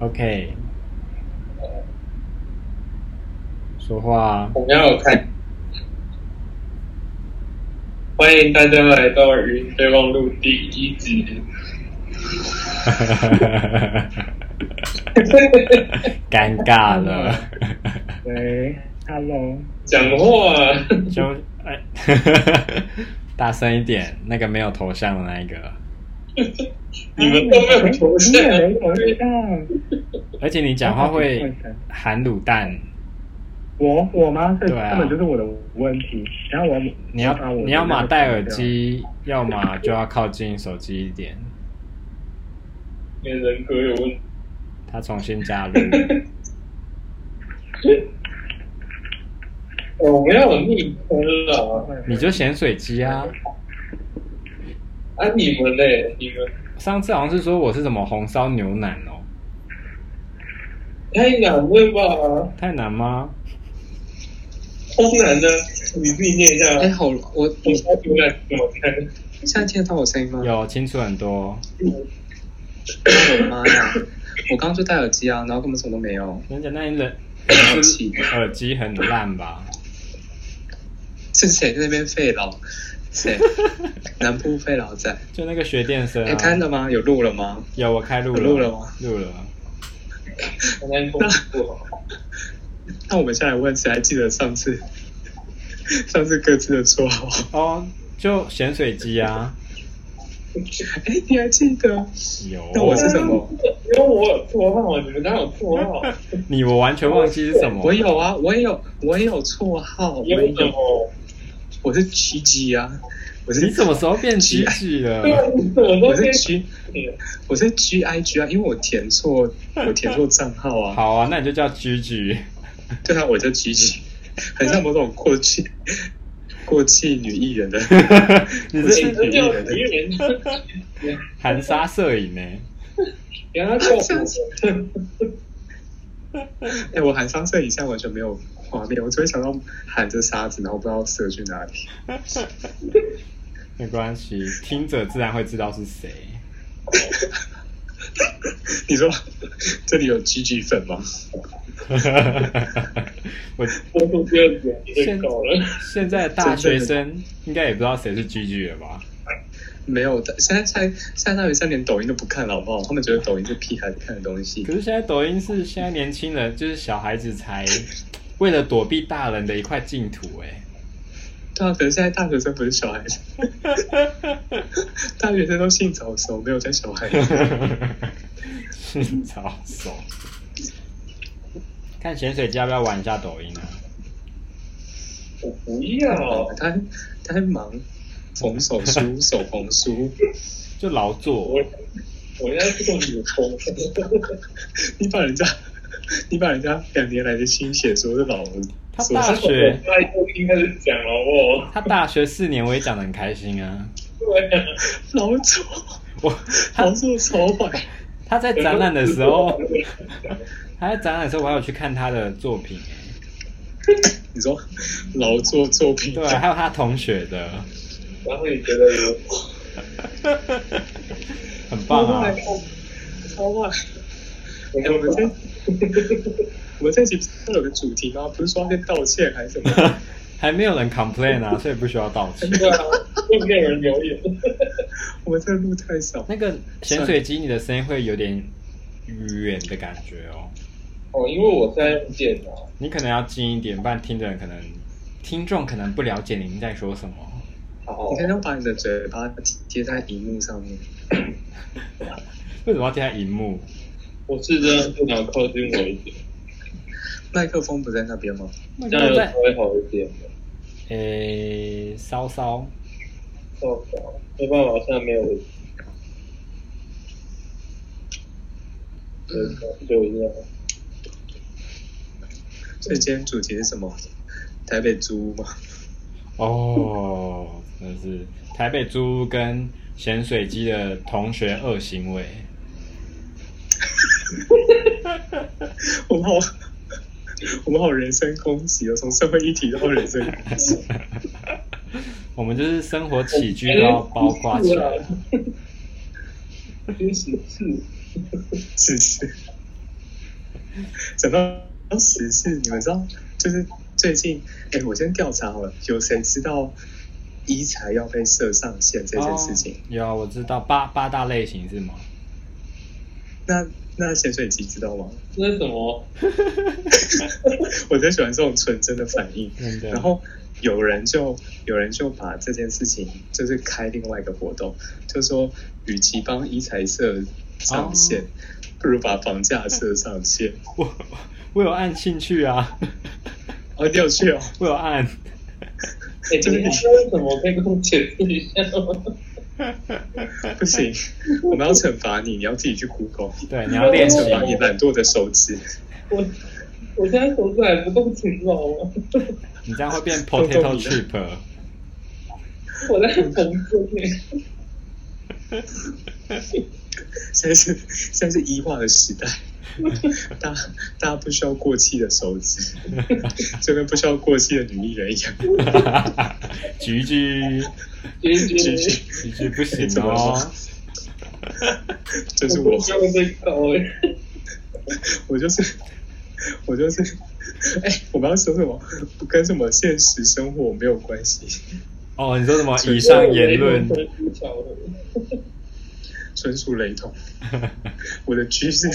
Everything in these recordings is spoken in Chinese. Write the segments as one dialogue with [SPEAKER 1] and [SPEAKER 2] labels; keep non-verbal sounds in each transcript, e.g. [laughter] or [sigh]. [SPEAKER 1] OK，说话 [laughs]
[SPEAKER 2] 我们要有开。欢迎大家来到《语音备忘录》第一 [laughs] 集。
[SPEAKER 1] 尴尬了，
[SPEAKER 3] 喂，Hello，
[SPEAKER 2] 讲话，
[SPEAKER 1] 就哎，
[SPEAKER 3] [laughs]
[SPEAKER 1] 大声一点，那个没有头像的那一个，
[SPEAKER 2] 你们都没有头
[SPEAKER 3] 哎你
[SPEAKER 2] 像
[SPEAKER 3] 也，没头像，
[SPEAKER 1] 而且你讲话
[SPEAKER 3] 啊
[SPEAKER 1] 会含卤蛋，
[SPEAKER 3] 我我吗？这
[SPEAKER 1] 对啊
[SPEAKER 3] 根本就是我的问题。然后我
[SPEAKER 1] 你要
[SPEAKER 3] 我啊把我的
[SPEAKER 1] 你要
[SPEAKER 3] 那
[SPEAKER 1] 么
[SPEAKER 3] 个
[SPEAKER 1] 戴耳
[SPEAKER 3] 关掉，
[SPEAKER 1] 机，要么就要靠近手机一点。
[SPEAKER 2] 你的人格有问题。
[SPEAKER 1] 他重新加入，
[SPEAKER 3] [laughs]
[SPEAKER 2] 我哦没有逆喷了
[SPEAKER 1] 你就咸水鸡啊！
[SPEAKER 2] 啊！你们嘞？你们？
[SPEAKER 1] 上次好像是说我是什么红烧牛腩哦，
[SPEAKER 2] 太难了哎吧？
[SPEAKER 1] 太难吗？
[SPEAKER 2] 超难的，你自己念一下。[laughs]
[SPEAKER 4] [laughs] 哎、好，我
[SPEAKER 2] 我
[SPEAKER 4] 你
[SPEAKER 2] 超突然怎么看？
[SPEAKER 4] 现在听得到我声音吗？哎
[SPEAKER 1] 有清楚很多，
[SPEAKER 4] 我的妈呀！我刚刚就戴耳机啊，然后根本什么都没有，
[SPEAKER 1] 人家那你人
[SPEAKER 4] 很气。
[SPEAKER 1] 耳机很烂吧？
[SPEAKER 4] 是谁在那边废老？谁？南部废老仔？
[SPEAKER 1] 就那个学电声、
[SPEAKER 4] 哎、
[SPEAKER 1] 啊，
[SPEAKER 4] 开了吗？有录了吗？
[SPEAKER 1] 有我开录了，
[SPEAKER 4] 录了吗？
[SPEAKER 1] 录了。
[SPEAKER 2] 我那功夫
[SPEAKER 4] 那我们现在问谁还记得上次上次各自的绰号？
[SPEAKER 1] 哦，就咸水鸡啊，
[SPEAKER 4] 哎、你还记得？
[SPEAKER 1] 有。
[SPEAKER 4] 那我是什么？
[SPEAKER 2] 因为我有绰号，你们哪有绰 [laughs] 号？
[SPEAKER 1] 你我完全忘记是什么。
[SPEAKER 4] 我有啊，我也有，我也有绰号，我也
[SPEAKER 2] 有什
[SPEAKER 4] 有，
[SPEAKER 2] 么？
[SPEAKER 4] 我是 G G 啊，我
[SPEAKER 1] 你
[SPEAKER 4] 是
[SPEAKER 1] 什么时候变鸡鸡
[SPEAKER 2] 对啊
[SPEAKER 1] 了？，
[SPEAKER 2] 你怎么都
[SPEAKER 4] 我是
[SPEAKER 2] 变
[SPEAKER 4] G，我是 G I G 啊，因为我填错，我填错账
[SPEAKER 1] [laughs]
[SPEAKER 4] 号啊。
[SPEAKER 1] 好啊，那你就叫居
[SPEAKER 4] [laughs]
[SPEAKER 1] 居。
[SPEAKER 4] 对啊，我就举起，
[SPEAKER 1] 嗯
[SPEAKER 4] 很像某种过
[SPEAKER 1] [laughs]
[SPEAKER 4] 气过气女艺人的。
[SPEAKER 1] 你
[SPEAKER 2] 你
[SPEAKER 1] 是
[SPEAKER 2] 这叫敌人，
[SPEAKER 1] 含沙射影呢、
[SPEAKER 2] 原来叫我。
[SPEAKER 4] 哎、我喊上色影像完全没有画面，我只会想到喊着沙子，然后不知道射去
[SPEAKER 1] [laughs]
[SPEAKER 4] 哪里。
[SPEAKER 1] 没关系，听者自然会知道是谁。 [laughs]
[SPEAKER 4] 你说这里有 GG 粉吗？
[SPEAKER 1] 我
[SPEAKER 2] 我说第二点，你被搞了。
[SPEAKER 1] 现在大学生应该也不知道谁是居居了吧？
[SPEAKER 4] 没有的，现在才现在大学生连抖音都不看了，好不好？他们觉得抖音是屁孩子看的东西
[SPEAKER 1] 可。是现在抖音是现在年轻人，就是小孩子才为了躲避大人的一块净土、欸， [laughs]
[SPEAKER 4] 对啊，可是现在大学生不是小孩子，大学生都性早熟，没有在小孩。
[SPEAKER 1] [laughs] 是超手。看潜水机要不要玩一下抖音啊？
[SPEAKER 2] 我不要，
[SPEAKER 4] 他他在忙缝手术、手缝书。
[SPEAKER 1] 就劳作
[SPEAKER 2] 我，我现在是做女工，
[SPEAKER 4] [laughs] 你把人家，你把人家两年来的心血说是老
[SPEAKER 1] 他
[SPEAKER 4] 说
[SPEAKER 1] 大
[SPEAKER 4] 是
[SPEAKER 1] 学
[SPEAKER 2] 那就应该是讲了我。
[SPEAKER 1] 他大学四年我也讲的很开心啊。
[SPEAKER 2] 对啊，
[SPEAKER 4] 老祖，
[SPEAKER 1] 我
[SPEAKER 4] 老
[SPEAKER 1] 他
[SPEAKER 4] 祖超坏。
[SPEAKER 1] 他在展览的时候，他在展览的时候我还有去看他的作品、欸，
[SPEAKER 4] 你说老作作品，
[SPEAKER 1] 对，啊还有他同学的， [laughs]
[SPEAKER 2] 然后你觉得如何？
[SPEAKER 1] 很棒啊！
[SPEAKER 4] 超坏。
[SPEAKER 2] 我
[SPEAKER 4] 哎我们
[SPEAKER 2] 说
[SPEAKER 4] 这我们这集不是有个主题吗？不是说要先道歉还是什么？
[SPEAKER 1] [laughs] 还没有人 complain 啊，所以不需要道歉。
[SPEAKER 2] 对啊，又没有人留言。
[SPEAKER 4] 我们这个录太少。
[SPEAKER 1] 那个潜水机，你的声音会有点远的感觉哦，
[SPEAKER 2] 哦，因为我在用电脑，
[SPEAKER 1] 你可能要近一点，不然听的人可能听众可能不了解您在说什么。
[SPEAKER 2] 好
[SPEAKER 4] 你，可以要把你的嘴巴贴在荧幕上面。
[SPEAKER 1] 为什么要贴在荧幕？
[SPEAKER 2] 我是让电脑靠近我一点，
[SPEAKER 4] 麦克风不在那边吗？
[SPEAKER 1] 那
[SPEAKER 2] 这样
[SPEAKER 1] 个
[SPEAKER 2] 有
[SPEAKER 1] 在
[SPEAKER 2] 稍微好一点的。
[SPEAKER 1] 诶，稍稍，
[SPEAKER 2] 报告，没办法，我现在没有位置。对，就一样。
[SPEAKER 4] 所以今天主题是什么？台北租屋吗？
[SPEAKER 1] 哦，真的是台北租屋跟咸水鸡的同学恶行为， [laughs]
[SPEAKER 4] 我们好，我们好人身攻击哦，从社会议题到人身攻击。
[SPEAKER 1] 我们就是生活起居都要包括起来。
[SPEAKER 2] 真是是，
[SPEAKER 4] 是是，讲到时事，你们知道，就是最近，哎、我先调查好了，有谁知道一才要被设上线这件事情？
[SPEAKER 1] 哦有啊，我知道八八大类型是吗？
[SPEAKER 4] 那那潜水机知道吗？
[SPEAKER 2] 这是什么？
[SPEAKER 4] 我最喜欢这种纯真的反应。
[SPEAKER 1] 真的。
[SPEAKER 4] 然后有人就有人就把这件事情就是开另外一个活动，就说与其帮一财社上线，不如把房价社上线。
[SPEAKER 1] 我我有按进去啊， [laughs]
[SPEAKER 4] 哦，你有趣哦，
[SPEAKER 1] 我有按。
[SPEAKER 2] 哎、这个你为什么可以跟我解释一下吗？
[SPEAKER 4] 不行，我们要惩罚你，你要自己去 Google，
[SPEAKER 1] 对，你要练习
[SPEAKER 4] 惩。罚你懒惰的手指，
[SPEAKER 2] 我我现在手指还不够勤劳啊，
[SPEAKER 1] 你这样会
[SPEAKER 4] [laughs]
[SPEAKER 1] 变
[SPEAKER 4] 动动
[SPEAKER 1] potato
[SPEAKER 4] 你的
[SPEAKER 1] chip。
[SPEAKER 2] 我在缝针呢。
[SPEAKER 4] 现在是现在是医化的时代。 [laughs] 大大家不需要过气的手指，就跟不需要过气的女艺人一样。
[SPEAKER 1] 啊 [laughs] 橘橘，
[SPEAKER 2] 姐姐，
[SPEAKER 4] GG
[SPEAKER 1] 橘橘不
[SPEAKER 4] [laughs]
[SPEAKER 1] 行
[SPEAKER 4] 怎么
[SPEAKER 1] 哦。
[SPEAKER 4] 了这是我
[SPEAKER 2] 我，腰最高哎、
[SPEAKER 4] 我就是，我就是，哎、我们要说什么？跟什么现实生活没有关系，
[SPEAKER 1] 哦，你说什么？以上言论 [laughs]
[SPEAKER 2] 我以为我很巧合
[SPEAKER 4] 纯属雷同。我的居是，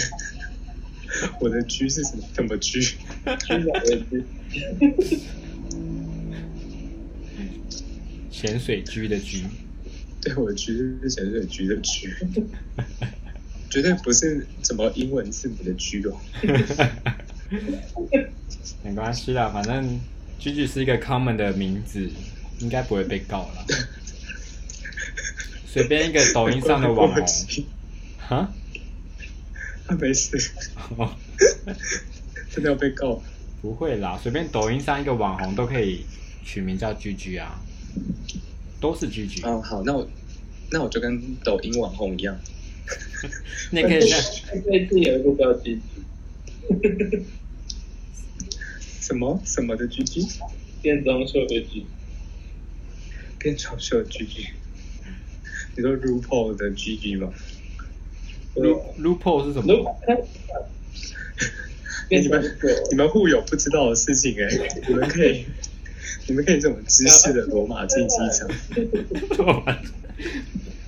[SPEAKER 4] 我的居是什么？怎么居？
[SPEAKER 2] 去哪位置？
[SPEAKER 1] 潜水居的居，
[SPEAKER 4] 对，我的居是潜水居的居，绝对不是什么英文字母的居哦。
[SPEAKER 1] [laughs] 没关系啦，反正居居是一个 common 的名字，应该不会被告啦。随便一个抖音上的
[SPEAKER 4] [laughs]
[SPEAKER 1] 网红，哈， [laughs]
[SPEAKER 4] 他啊没事，
[SPEAKER 1] 哦，
[SPEAKER 4] 真的要被告。
[SPEAKER 1] 不会啦，随便抖音上一个网红都可以取名叫居居啊，都是居居。
[SPEAKER 4] 哦，好，那我那我就跟抖音网红一样，
[SPEAKER 1] [laughs] 你也可以
[SPEAKER 4] [laughs]
[SPEAKER 1] 像
[SPEAKER 2] 对自己有一个标记，
[SPEAKER 4] 什么什么的居居，
[SPEAKER 2] 变装秀的剧，
[SPEAKER 4] 变丑秀的居居。你说 RuPaul 的居居吗？
[SPEAKER 2] 对
[SPEAKER 1] Lu
[SPEAKER 2] 吧
[SPEAKER 1] Lupo 是什
[SPEAKER 2] 如
[SPEAKER 1] [laughs] 么
[SPEAKER 2] 果？他变
[SPEAKER 4] 你
[SPEAKER 2] 装
[SPEAKER 4] 们
[SPEAKER 2] 秀，
[SPEAKER 4] 你们互有不知道的事情哎、
[SPEAKER 2] [laughs]
[SPEAKER 4] 你们可以，你们可以这种知识的罗马竞技场。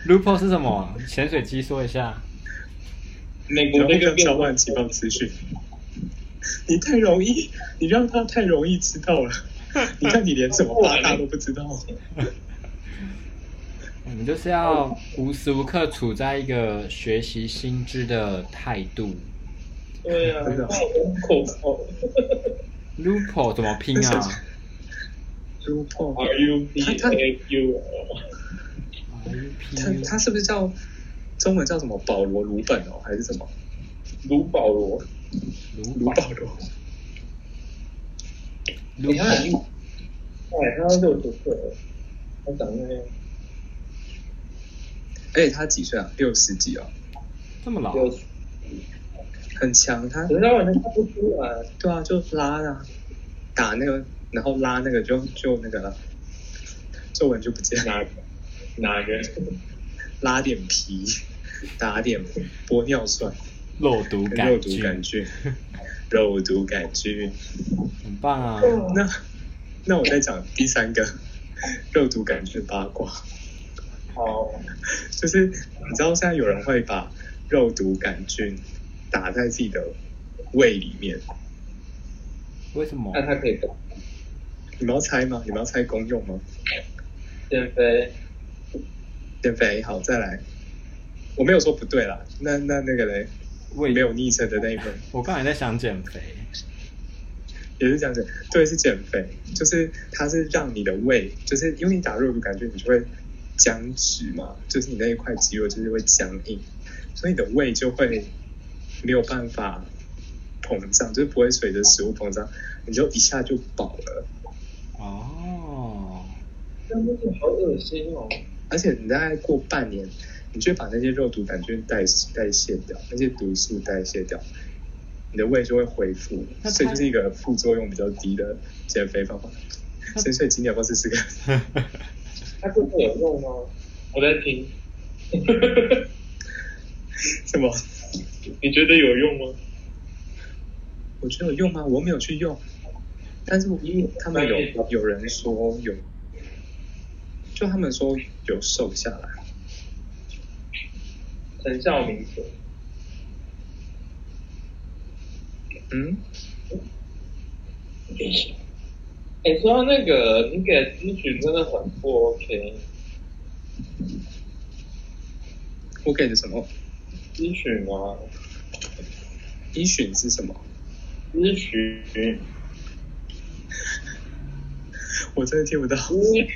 [SPEAKER 1] Lupo 是什么？潜水机说一下。
[SPEAKER 2] 美
[SPEAKER 4] 你
[SPEAKER 2] 国
[SPEAKER 4] 们
[SPEAKER 2] 那个
[SPEAKER 4] 互相
[SPEAKER 2] 变
[SPEAKER 4] 交
[SPEAKER 2] 装
[SPEAKER 4] 换情报资讯。你太容易，你让他太容易知
[SPEAKER 2] [laughs]
[SPEAKER 4] 道了。你看你连什么八大都不知道，
[SPEAKER 1] 我们就是要无时无刻处在一个学习新知的态度。
[SPEAKER 2] 对啊，
[SPEAKER 4] 真的
[SPEAKER 2] 口罩
[SPEAKER 1] Lupo 怎么拼啊
[SPEAKER 4] [laughs] 如破。
[SPEAKER 2] ，R U P
[SPEAKER 4] 他
[SPEAKER 2] A U，
[SPEAKER 1] ？R U
[SPEAKER 4] 他
[SPEAKER 1] P
[SPEAKER 4] 他是不是叫中文叫什么保罗·鲁本哦，还是什么
[SPEAKER 2] 卢保罗，
[SPEAKER 1] 卢
[SPEAKER 4] 鲁保罗？
[SPEAKER 1] 卢
[SPEAKER 2] 他很厉害，他六十岁了，他长那样，
[SPEAKER 4] 而且他几岁啊？六十几哦，
[SPEAKER 1] 这么老？
[SPEAKER 2] 六十，
[SPEAKER 4] 很强。他
[SPEAKER 2] 可是他完全看不出来，
[SPEAKER 4] 对啊，就拉啊，打那个，然后拉那个就就那个了，皱纹就不见了，
[SPEAKER 2] 哪个哪个
[SPEAKER 4] 拉点皮，打点玻尿酸，
[SPEAKER 1] 肉毒
[SPEAKER 4] 跟肉
[SPEAKER 1] 杆
[SPEAKER 4] 毒
[SPEAKER 1] 菌，
[SPEAKER 4] 杆菌， [laughs] 肉毒杆菌。
[SPEAKER 1] 很棒啊！
[SPEAKER 4] 那那我再讲第三个肉毒杆菌八卦，
[SPEAKER 2] 好，
[SPEAKER 4] 就是你知道现在有人会把肉毒杆菌打在自己的胃里面，
[SPEAKER 1] 为什么
[SPEAKER 4] 啊
[SPEAKER 2] 那？他可以干嘛
[SPEAKER 4] 你们要猜吗？你们要猜功用吗？
[SPEAKER 2] 减肥，
[SPEAKER 4] 减肥好，再来。我没有说不对啦，那那那个嘞，
[SPEAKER 1] 胃
[SPEAKER 4] 没有昵称的那一个
[SPEAKER 1] 我刚才在想减肥，
[SPEAKER 4] 也是这样子，对，是减肥，就是它是让你的胃，就是因为你打肉毒杆菌，你就会僵直嘛，就是你那一块肌肉就是会僵硬，所以你的胃就会没有办法膨胀，就是不会随着食物膨胀，你就一下就饱了。 [laughs]
[SPEAKER 1] 哦，
[SPEAKER 2] 但是好恶心哦，
[SPEAKER 4] 而且你大概过半年，你就会把那些肉毒杆菌代谢代谢掉，那些毒素代谢掉，你的胃就会恢复，
[SPEAKER 1] 那它
[SPEAKER 4] 所以就是一个副作用比较低的减肥方法。深水经典方式是个，
[SPEAKER 2] 他真的有用吗？我在 [laughs] 听，
[SPEAKER 4] 什么？
[SPEAKER 2] 你觉得有用吗？
[SPEAKER 4] 我觉得有用吗？我没有去用，但是我他们有有人说有，就他们说有瘦下来，
[SPEAKER 2] 陈孝明说，
[SPEAKER 4] 嗯，
[SPEAKER 2] 哎、说到那个，你给的咨询真的很不 OK，
[SPEAKER 4] 我给的什么？
[SPEAKER 2] 咨询啊，
[SPEAKER 4] 依循是什么？
[SPEAKER 2] 咨询，
[SPEAKER 4] 我真的听不到。
[SPEAKER 2] 咨询，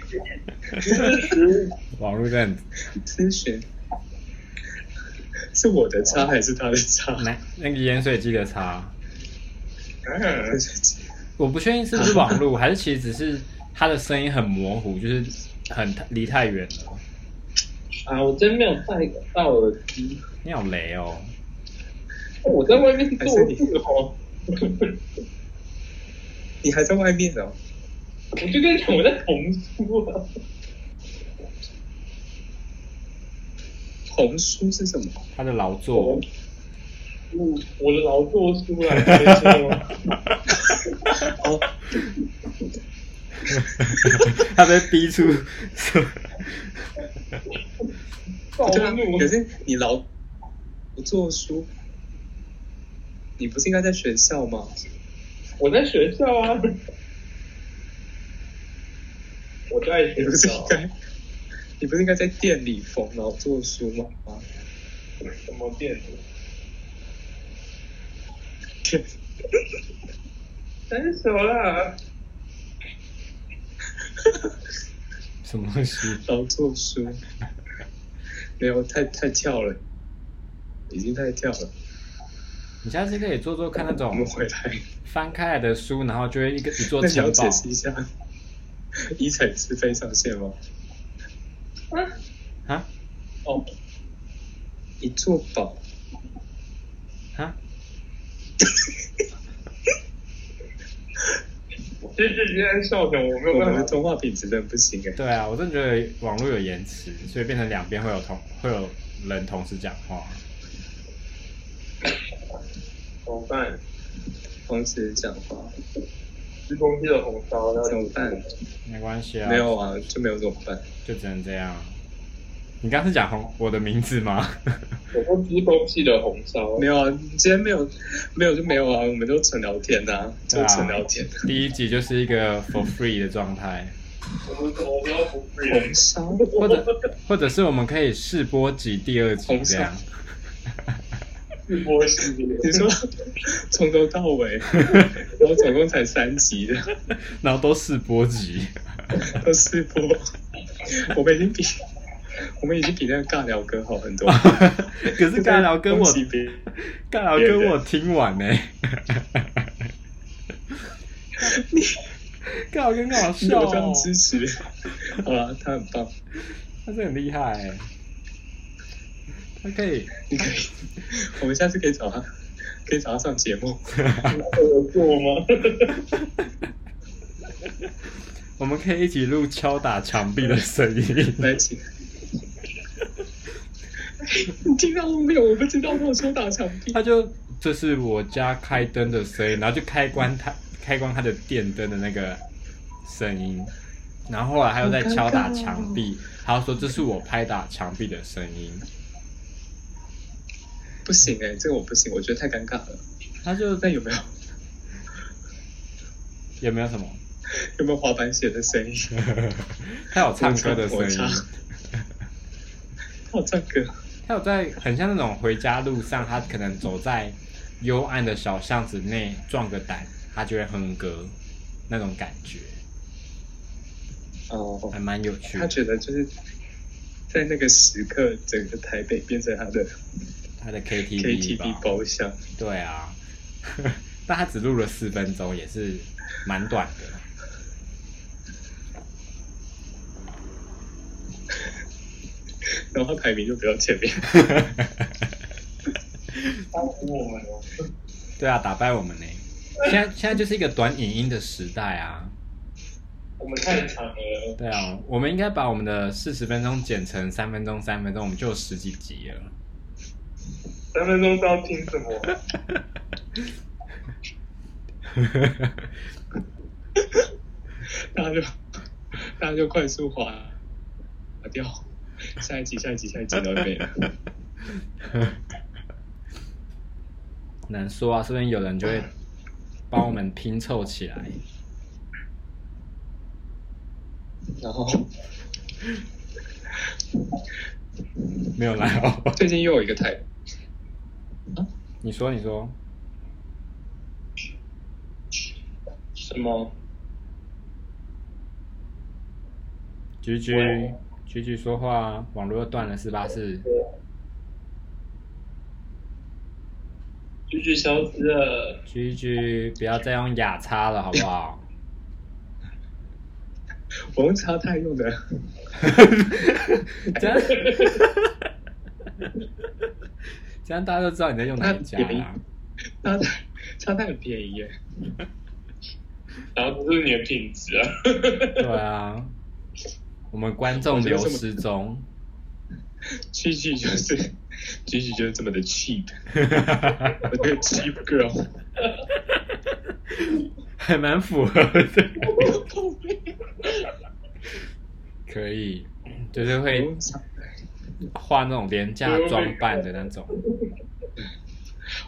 [SPEAKER 2] 咨询，
[SPEAKER 1] 网络真的
[SPEAKER 4] 咨询是我的差还是他的差？ [laughs]
[SPEAKER 1] 很难，那个盐水鸡的差，
[SPEAKER 2] 嗯，
[SPEAKER 1] 我不确定是不是网
[SPEAKER 4] [laughs]
[SPEAKER 1] 络，还是其实只是他的声音很模糊，就是很离太远了。
[SPEAKER 2] 啊，我真没有戴到耳机，
[SPEAKER 1] 你好雷哦！
[SPEAKER 2] 我在外面做事哦。
[SPEAKER 4] 你还在外面哦？
[SPEAKER 2] 我就跟你讲，我在童书啊，
[SPEAKER 4] 红书是什么？
[SPEAKER 1] 他的劳
[SPEAKER 4] 哦
[SPEAKER 1] 作，
[SPEAKER 2] 我我的劳作书啊，你知道
[SPEAKER 4] [laughs]
[SPEAKER 2] 吗？
[SPEAKER 4] 哦， [laughs]
[SPEAKER 1] 他被逼出什么？
[SPEAKER 2] 暴
[SPEAKER 4] 对啊
[SPEAKER 2] 怒。
[SPEAKER 4] 可是你老不做书，你不是应该在学校吗？
[SPEAKER 2] 我在学校啊，我在
[SPEAKER 4] 你
[SPEAKER 2] 学
[SPEAKER 4] 不是应
[SPEAKER 2] 校，
[SPEAKER 4] 该，你不是应该在店里缝然后做书吗？啊
[SPEAKER 2] 什么店？很熟啦，
[SPEAKER 1] 什么东西？
[SPEAKER 4] 然后做书，没有太太跳了，已经太跳了。
[SPEAKER 1] 你下次可以做做看那
[SPEAKER 4] 我
[SPEAKER 1] 种
[SPEAKER 4] 们回来，
[SPEAKER 1] 翻开来的书，然后就会一个一座
[SPEAKER 4] 那你要
[SPEAKER 1] 城堡
[SPEAKER 4] 解。释一下，一层是非上限吗？
[SPEAKER 1] 啊
[SPEAKER 4] 哦，一座堡，
[SPEAKER 1] 啊！
[SPEAKER 2] 这是今天笑什么？我没有
[SPEAKER 4] 我们的
[SPEAKER 2] 办法。
[SPEAKER 4] 通话品质真的不行哎、
[SPEAKER 1] 对啊，我真的觉得网络有延迟，所以变成两边会有同会有人同时讲话。
[SPEAKER 2] 怎么办？
[SPEAKER 4] 同时讲话
[SPEAKER 2] 吃东西的红烧，然后
[SPEAKER 4] 怎么办？
[SPEAKER 1] 没关系啊，
[SPEAKER 4] 没有啊，就没有怎么办？
[SPEAKER 1] 就只能这样。你刚是讲红我的名字
[SPEAKER 4] [laughs]
[SPEAKER 1] 吗？
[SPEAKER 2] 我说吃东西的红烧，
[SPEAKER 4] 没有啊，今天没有，没有就没有啊，我们都纯聊天呐、
[SPEAKER 1] 对
[SPEAKER 4] 就
[SPEAKER 1] 啊
[SPEAKER 4] 纯聊天。
[SPEAKER 1] 第一集就是一个 for free 的状态，
[SPEAKER 2] 我们我们要不
[SPEAKER 4] 红烧，
[SPEAKER 1] 或者或者是我们可以试播集第二集
[SPEAKER 4] 红
[SPEAKER 1] 这
[SPEAKER 4] 色
[SPEAKER 1] 样。
[SPEAKER 2] 自播系列，
[SPEAKER 4] 你说从头到尾，然后总共才三集的，
[SPEAKER 1] 然后都试播集，
[SPEAKER 4] 都试播，我们已经比我们已经比那个尬聊哥好很多。
[SPEAKER 1] [laughs] 可是尬聊跟我
[SPEAKER 4] 恭喜别人
[SPEAKER 1] 尬聊跟我听完
[SPEAKER 4] [laughs]
[SPEAKER 1] 呢、尬聊跟好
[SPEAKER 4] 你
[SPEAKER 1] 笑
[SPEAKER 4] 有这样
[SPEAKER 1] 哦，
[SPEAKER 4] 支持，好啊，他很棒，
[SPEAKER 1] 他是很厉害、欸，他可以， [laughs]
[SPEAKER 4] 你可以，我们下次可以找他，可以找他上节目。
[SPEAKER 2] 有做吗？
[SPEAKER 1] 我们可以一起录敲打墙壁的声音。
[SPEAKER 4] [laughs] 来，请。你听到没有？我不知道他说打墙壁。
[SPEAKER 1] 他就这是我家开灯的声音，然后就开关它开关它的电灯的那个声音，然后后来他又在
[SPEAKER 4] 哦
[SPEAKER 1] 敲打墙壁，他说这是我拍打墙壁的声音，
[SPEAKER 4] 不行哎、这个我不行，我觉得太尴尬了。
[SPEAKER 1] 他就
[SPEAKER 4] 那有没有 [laughs]
[SPEAKER 1] 有没有什么？
[SPEAKER 4] 有没有滑板鞋的声音？ [laughs]
[SPEAKER 1] 他有唱歌的
[SPEAKER 4] 我
[SPEAKER 1] 声
[SPEAKER 4] 唱
[SPEAKER 1] 音，
[SPEAKER 4] 我唱歌，
[SPEAKER 1] 他有在很像那种回家路上，他可能走在幽暗的小巷子内撞个胆，他就会哼歌那种感觉，
[SPEAKER 4] 哦
[SPEAKER 1] 还，蛮有趣
[SPEAKER 4] 他
[SPEAKER 1] 的。
[SPEAKER 4] 觉得就是在那个时刻，整个台北变成他的
[SPEAKER 1] 他的 KTV 吧
[SPEAKER 4] KTV 包厢。
[SPEAKER 1] 对啊， [laughs] 但他只录了四分钟，也是蛮短的。
[SPEAKER 4] 然后他排名就比较前 [laughs] 面。
[SPEAKER 2] 他服我们哦。
[SPEAKER 1] 对啊，打败我们呢。现在现在就是一个短影音的时代啊。
[SPEAKER 2] 我们太惨了，
[SPEAKER 1] 对啊，我们应该把我们的四十分钟剪成三分钟，三分钟，我们就有十几集了。
[SPEAKER 2] 三分钟都要听什么？
[SPEAKER 4] 大家就大家就快速滑滑掉，下一集下一集下一集都 [laughs] 没了。
[SPEAKER 1] [laughs] 难说啊，说不定有人就会帮我们拼凑起来。
[SPEAKER 4] 然后
[SPEAKER 1] 没有来哦，
[SPEAKER 4] 最近又有一个台，
[SPEAKER 1] [laughs] 你说你说，
[SPEAKER 4] 什么？
[SPEAKER 1] 菊菊菊菊说话网络又断了是吧？是
[SPEAKER 2] 菊菊消失了，
[SPEAKER 1] 菊菊不要再用雅叉了好不好？
[SPEAKER 4] 我用超太用的，
[SPEAKER 1] [laughs] 这样 [laughs] 这样大家都知道你在用哪一家啊
[SPEAKER 4] 那也
[SPEAKER 1] 啦、
[SPEAKER 4] 超太超太很便宜耶。
[SPEAKER 2] 然后这是你的品质啊。
[SPEAKER 1] 对啊，我们观众流失中。
[SPEAKER 4] G G 就是 G G 就是这么的 cheap，我这个 cheap girl。
[SPEAKER 1] 还蛮符合
[SPEAKER 4] [laughs]
[SPEAKER 1] 的。可以，就是会画那种廉价装扮的那种。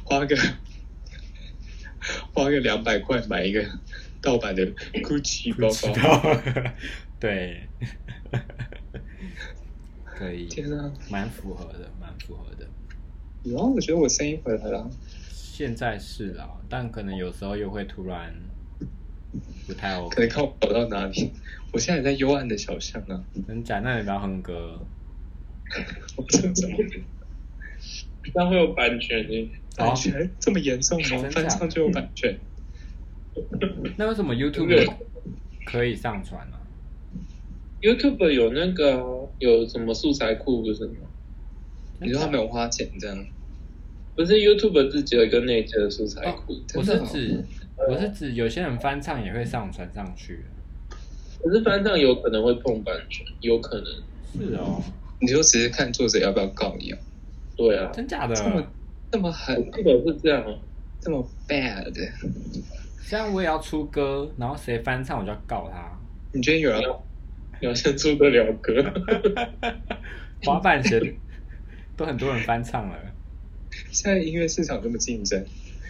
[SPEAKER 4] 花个花个两百块买一个盗版的 GUCCI 包包。
[SPEAKER 1] 道。 [laughs] 对。可以，
[SPEAKER 4] 天啊！
[SPEAKER 1] 蛮符合的，蛮符合的。
[SPEAKER 4] 然后我觉得我声音回来了，
[SPEAKER 1] 现在是啦，但可能有时候又会突然不太
[SPEAKER 4] 可
[SPEAKER 1] OK。
[SPEAKER 4] 能看我跑到哪里。我现在在幽暗的小巷啊，
[SPEAKER 1] 真假？那你不要哼歌
[SPEAKER 4] 我这怎么
[SPEAKER 2] 这样会有版权的。
[SPEAKER 4] 版权这么严重吗
[SPEAKER 1] 真？假
[SPEAKER 4] 翻唱就有版权？
[SPEAKER 1] 那为什么 YouTube 可以上传啊呢、
[SPEAKER 2] YouTube 有那个啊、有什么素材库不是吗？
[SPEAKER 4] 你说他没有花钱这样？
[SPEAKER 2] 不是 YouTube 自己有一个内置的素材库，
[SPEAKER 1] 我是
[SPEAKER 4] 真的哦
[SPEAKER 1] 指，我是指有些人翻唱也会上传上去。
[SPEAKER 2] 可是翻唱有可能会碰版权，有可能。
[SPEAKER 1] 是哦，
[SPEAKER 4] 你就只是看作者要不要告你啊？
[SPEAKER 2] 对啊，
[SPEAKER 1] 真假的？
[SPEAKER 4] 这么这么狠，
[SPEAKER 2] 基本是这样啊。
[SPEAKER 4] 这么 bad？
[SPEAKER 1] 这样我也要出歌，然后谁翻唱我就要告他。
[SPEAKER 4] [laughs] 你觉得有人
[SPEAKER 2] 你要先出得了歌，
[SPEAKER 1] 滑板鞋都很多人翻唱了，
[SPEAKER 4] 现在音乐市场这么竞争？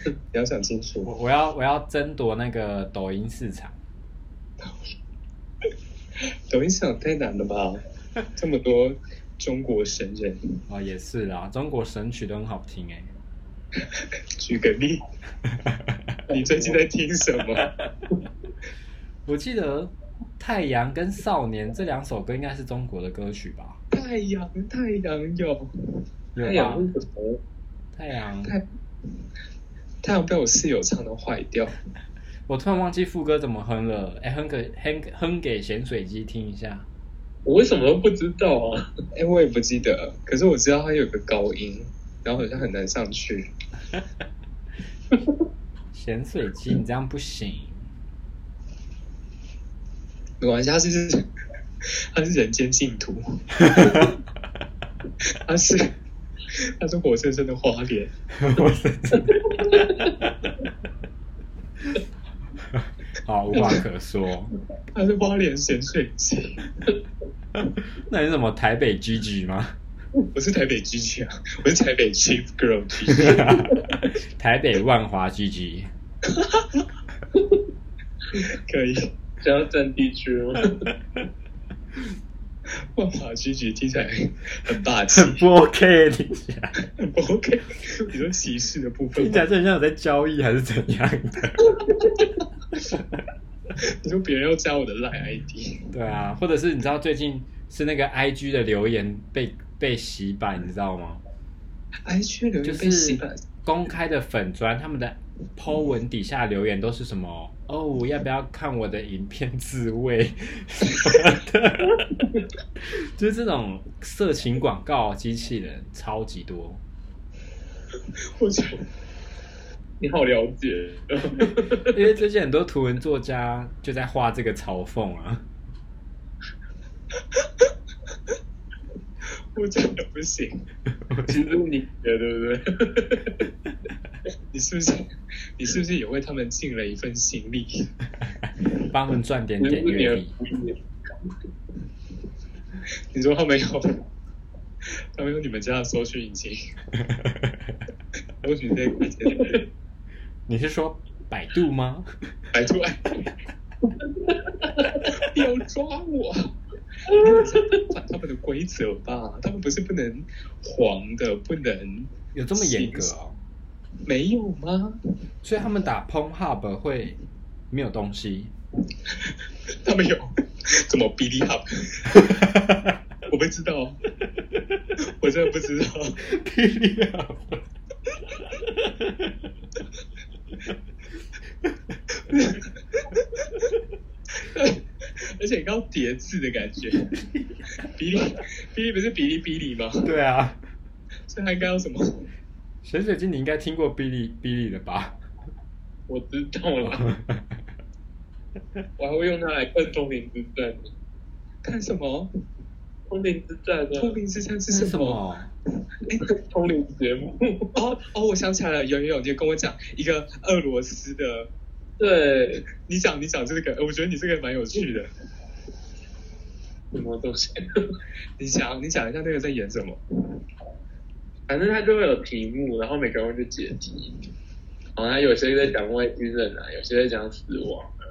[SPEAKER 4] 你要想清楚，
[SPEAKER 1] 我我要我要争夺那个抖音市场。
[SPEAKER 4] 抖音市场太难了吧？这么多中国神人，
[SPEAKER 1] 哦，也是啦，中国神曲都很好听哎。
[SPEAKER 4] 举个例，你最近在听什么？
[SPEAKER 1] 我记得《太阳》跟《少年》这两首歌应该是中国的歌曲吧？
[SPEAKER 4] 太阳，太阳有
[SPEAKER 1] 有
[SPEAKER 2] 太
[SPEAKER 1] 吧
[SPEAKER 2] 阳？是哎什么？
[SPEAKER 1] 啊太阳，
[SPEAKER 4] 太太阳被我室友唱的坏掉，
[SPEAKER 1] 我突然忘记副歌怎么哼了，哎，哼给哼给哼给咸水鸡听一下。
[SPEAKER 2] 我为什么都不知道啊？
[SPEAKER 4] 哎、我也不记得，可是我知道它有个高音，然后好像很难上去。
[SPEAKER 1] 咸水鸡，你这样不行。 [laughs]
[SPEAKER 4] 没关系，它是 [laughs] 它是人间净土，它是 [laughs] 它是活生生的花莲，
[SPEAKER 1] 我是真的好，无话可说。
[SPEAKER 4] 它是花莲咸水鸡。
[SPEAKER 1] 那你怎么台北 GG 吗？ [laughs]
[SPEAKER 4] 我是台北 G G 啊，我是台北 Chief Girl G G，
[SPEAKER 1] 台北万华 GG，
[SPEAKER 4] 可以。
[SPEAKER 2] 想要占地区吗？
[SPEAKER 4] 万华 G G 听起来很霸气，
[SPEAKER 1] 很不 OK，听起来
[SPEAKER 4] 很不 [laughs] OK。你说歧视的部分
[SPEAKER 1] 听
[SPEAKER 4] 吗
[SPEAKER 1] 起来就很像有在交易还是怎样的？
[SPEAKER 4] 你说别人要加我的赖 ID，
[SPEAKER 1] 对啊，或者是你知道最近是那个 IG 的留言被被洗版，你知道吗？
[SPEAKER 4] 哎，去留
[SPEAKER 1] 就
[SPEAKER 4] 言被洗
[SPEAKER 1] 是
[SPEAKER 4] 版，
[SPEAKER 1] 公开的粉砖，他们的 Po 文底下留言都是什么？哦，要不要看我的影片自慰 [laughs] 什么的？就是这种色情广告机器人超级多。
[SPEAKER 4] 我觉得
[SPEAKER 2] 你好了解，
[SPEAKER 1] 因为最近很多图文作家就在画这个嘲讽啊，
[SPEAKER 4] 我真的不行。
[SPEAKER 2] 其实你
[SPEAKER 4] 对对不对？你是不是你是不是也为他们尽了一份心力？ [laughs]
[SPEAKER 1] 帮他们赚点
[SPEAKER 4] 你是
[SPEAKER 1] 点
[SPEAKER 4] 不是
[SPEAKER 1] 阅
[SPEAKER 4] 也 [laughs]
[SPEAKER 1] 历。
[SPEAKER 4] 你说他们有， [laughs] 他们有你们家的搜寻引擎，搜寻这一块 [laughs] 钱，
[SPEAKER 1] 你是说百度吗？
[SPEAKER 4] 百度爱， [laughs] 要抓我！没有反他们的规则吧，他们不是不能黄的，不能
[SPEAKER 1] 有这么严格哦？
[SPEAKER 4] 没有吗？
[SPEAKER 1] 所以他们打 p o n Hub 会没有东西？
[SPEAKER 4] 他们有，怎么 B D Hub？我不知道，我真的不知道。
[SPEAKER 1] 霹雳 Hub
[SPEAKER 4] 而且你刚刚叠字的感觉，比利比利不是比利比利吗？
[SPEAKER 1] [laughs] 对啊，
[SPEAKER 4] 所以他应该要什么？
[SPEAKER 1] 水水晶你应该听过哔哩哔哩的吧？
[SPEAKER 2] 我知道了，我还会用它来看通灵之战呢。
[SPEAKER 4] 看什么？
[SPEAKER 2] 通灵之战
[SPEAKER 4] 通
[SPEAKER 2] 呢？
[SPEAKER 4] 灵之战是
[SPEAKER 1] 是
[SPEAKER 4] 什
[SPEAKER 1] 什
[SPEAKER 4] 么？
[SPEAKER 1] 么？
[SPEAKER 2] 通灵节目，
[SPEAKER 4] 哦哦，我想起来了，有有有，你有跟我讲一个俄罗斯的，
[SPEAKER 2] 对，
[SPEAKER 4] 你讲你讲这个，呃我觉得你这个蛮有趣的，
[SPEAKER 2] 什么东西？
[SPEAKER 4] 你讲你讲一下那个在演什么？
[SPEAKER 2] 反正它就会有题目，然后每个人会去解题。好像有些在讲外星人啊，有些在讲死亡啊，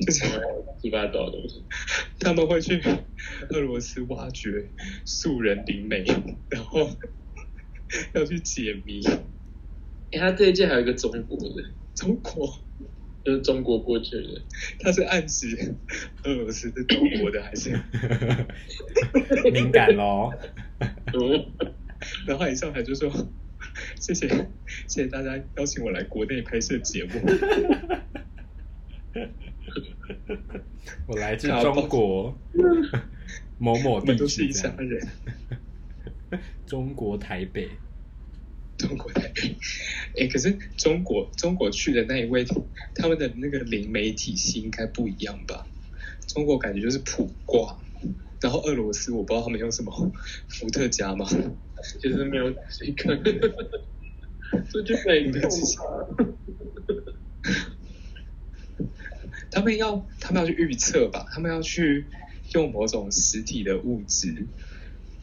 [SPEAKER 4] 就是
[SPEAKER 2] 什么七八糟的东西。
[SPEAKER 4] 他们会去俄罗斯挖掘素人灵媒，然后 [laughs] 要去解谜
[SPEAKER 2] 哎、他这一届还有一个中国的，
[SPEAKER 4] 中国。
[SPEAKER 2] 就是中国过去的，
[SPEAKER 4] 他是暗指俄罗斯是中国的还是？
[SPEAKER 1] [laughs] 敏感哦咯。
[SPEAKER 2] 嗯，
[SPEAKER 4] 然后他一上台就说：“ [laughs] 谢谢，谢谢大家邀请我来国内拍摄节目。
[SPEAKER 1] 我来自中国某某
[SPEAKER 4] 我们
[SPEAKER 1] 地
[SPEAKER 4] 都是
[SPEAKER 1] 区
[SPEAKER 4] 一
[SPEAKER 1] 这
[SPEAKER 4] 家
[SPEAKER 1] 样，
[SPEAKER 4] 人，
[SPEAKER 1] 中国台北。
[SPEAKER 4] 中国台北。” [laughs] 哎，可是中国中国去的那一位，他们的那个灵媒体系应该不一样吧？中国感觉就是普卦，然后俄罗斯我不知道他们用什么 [laughs] 伏特加吗？ [laughs]
[SPEAKER 2] 其实没有几个，这就美国嘛。
[SPEAKER 4] 他们要他们要去预测吧，他们要去用某种实体的物质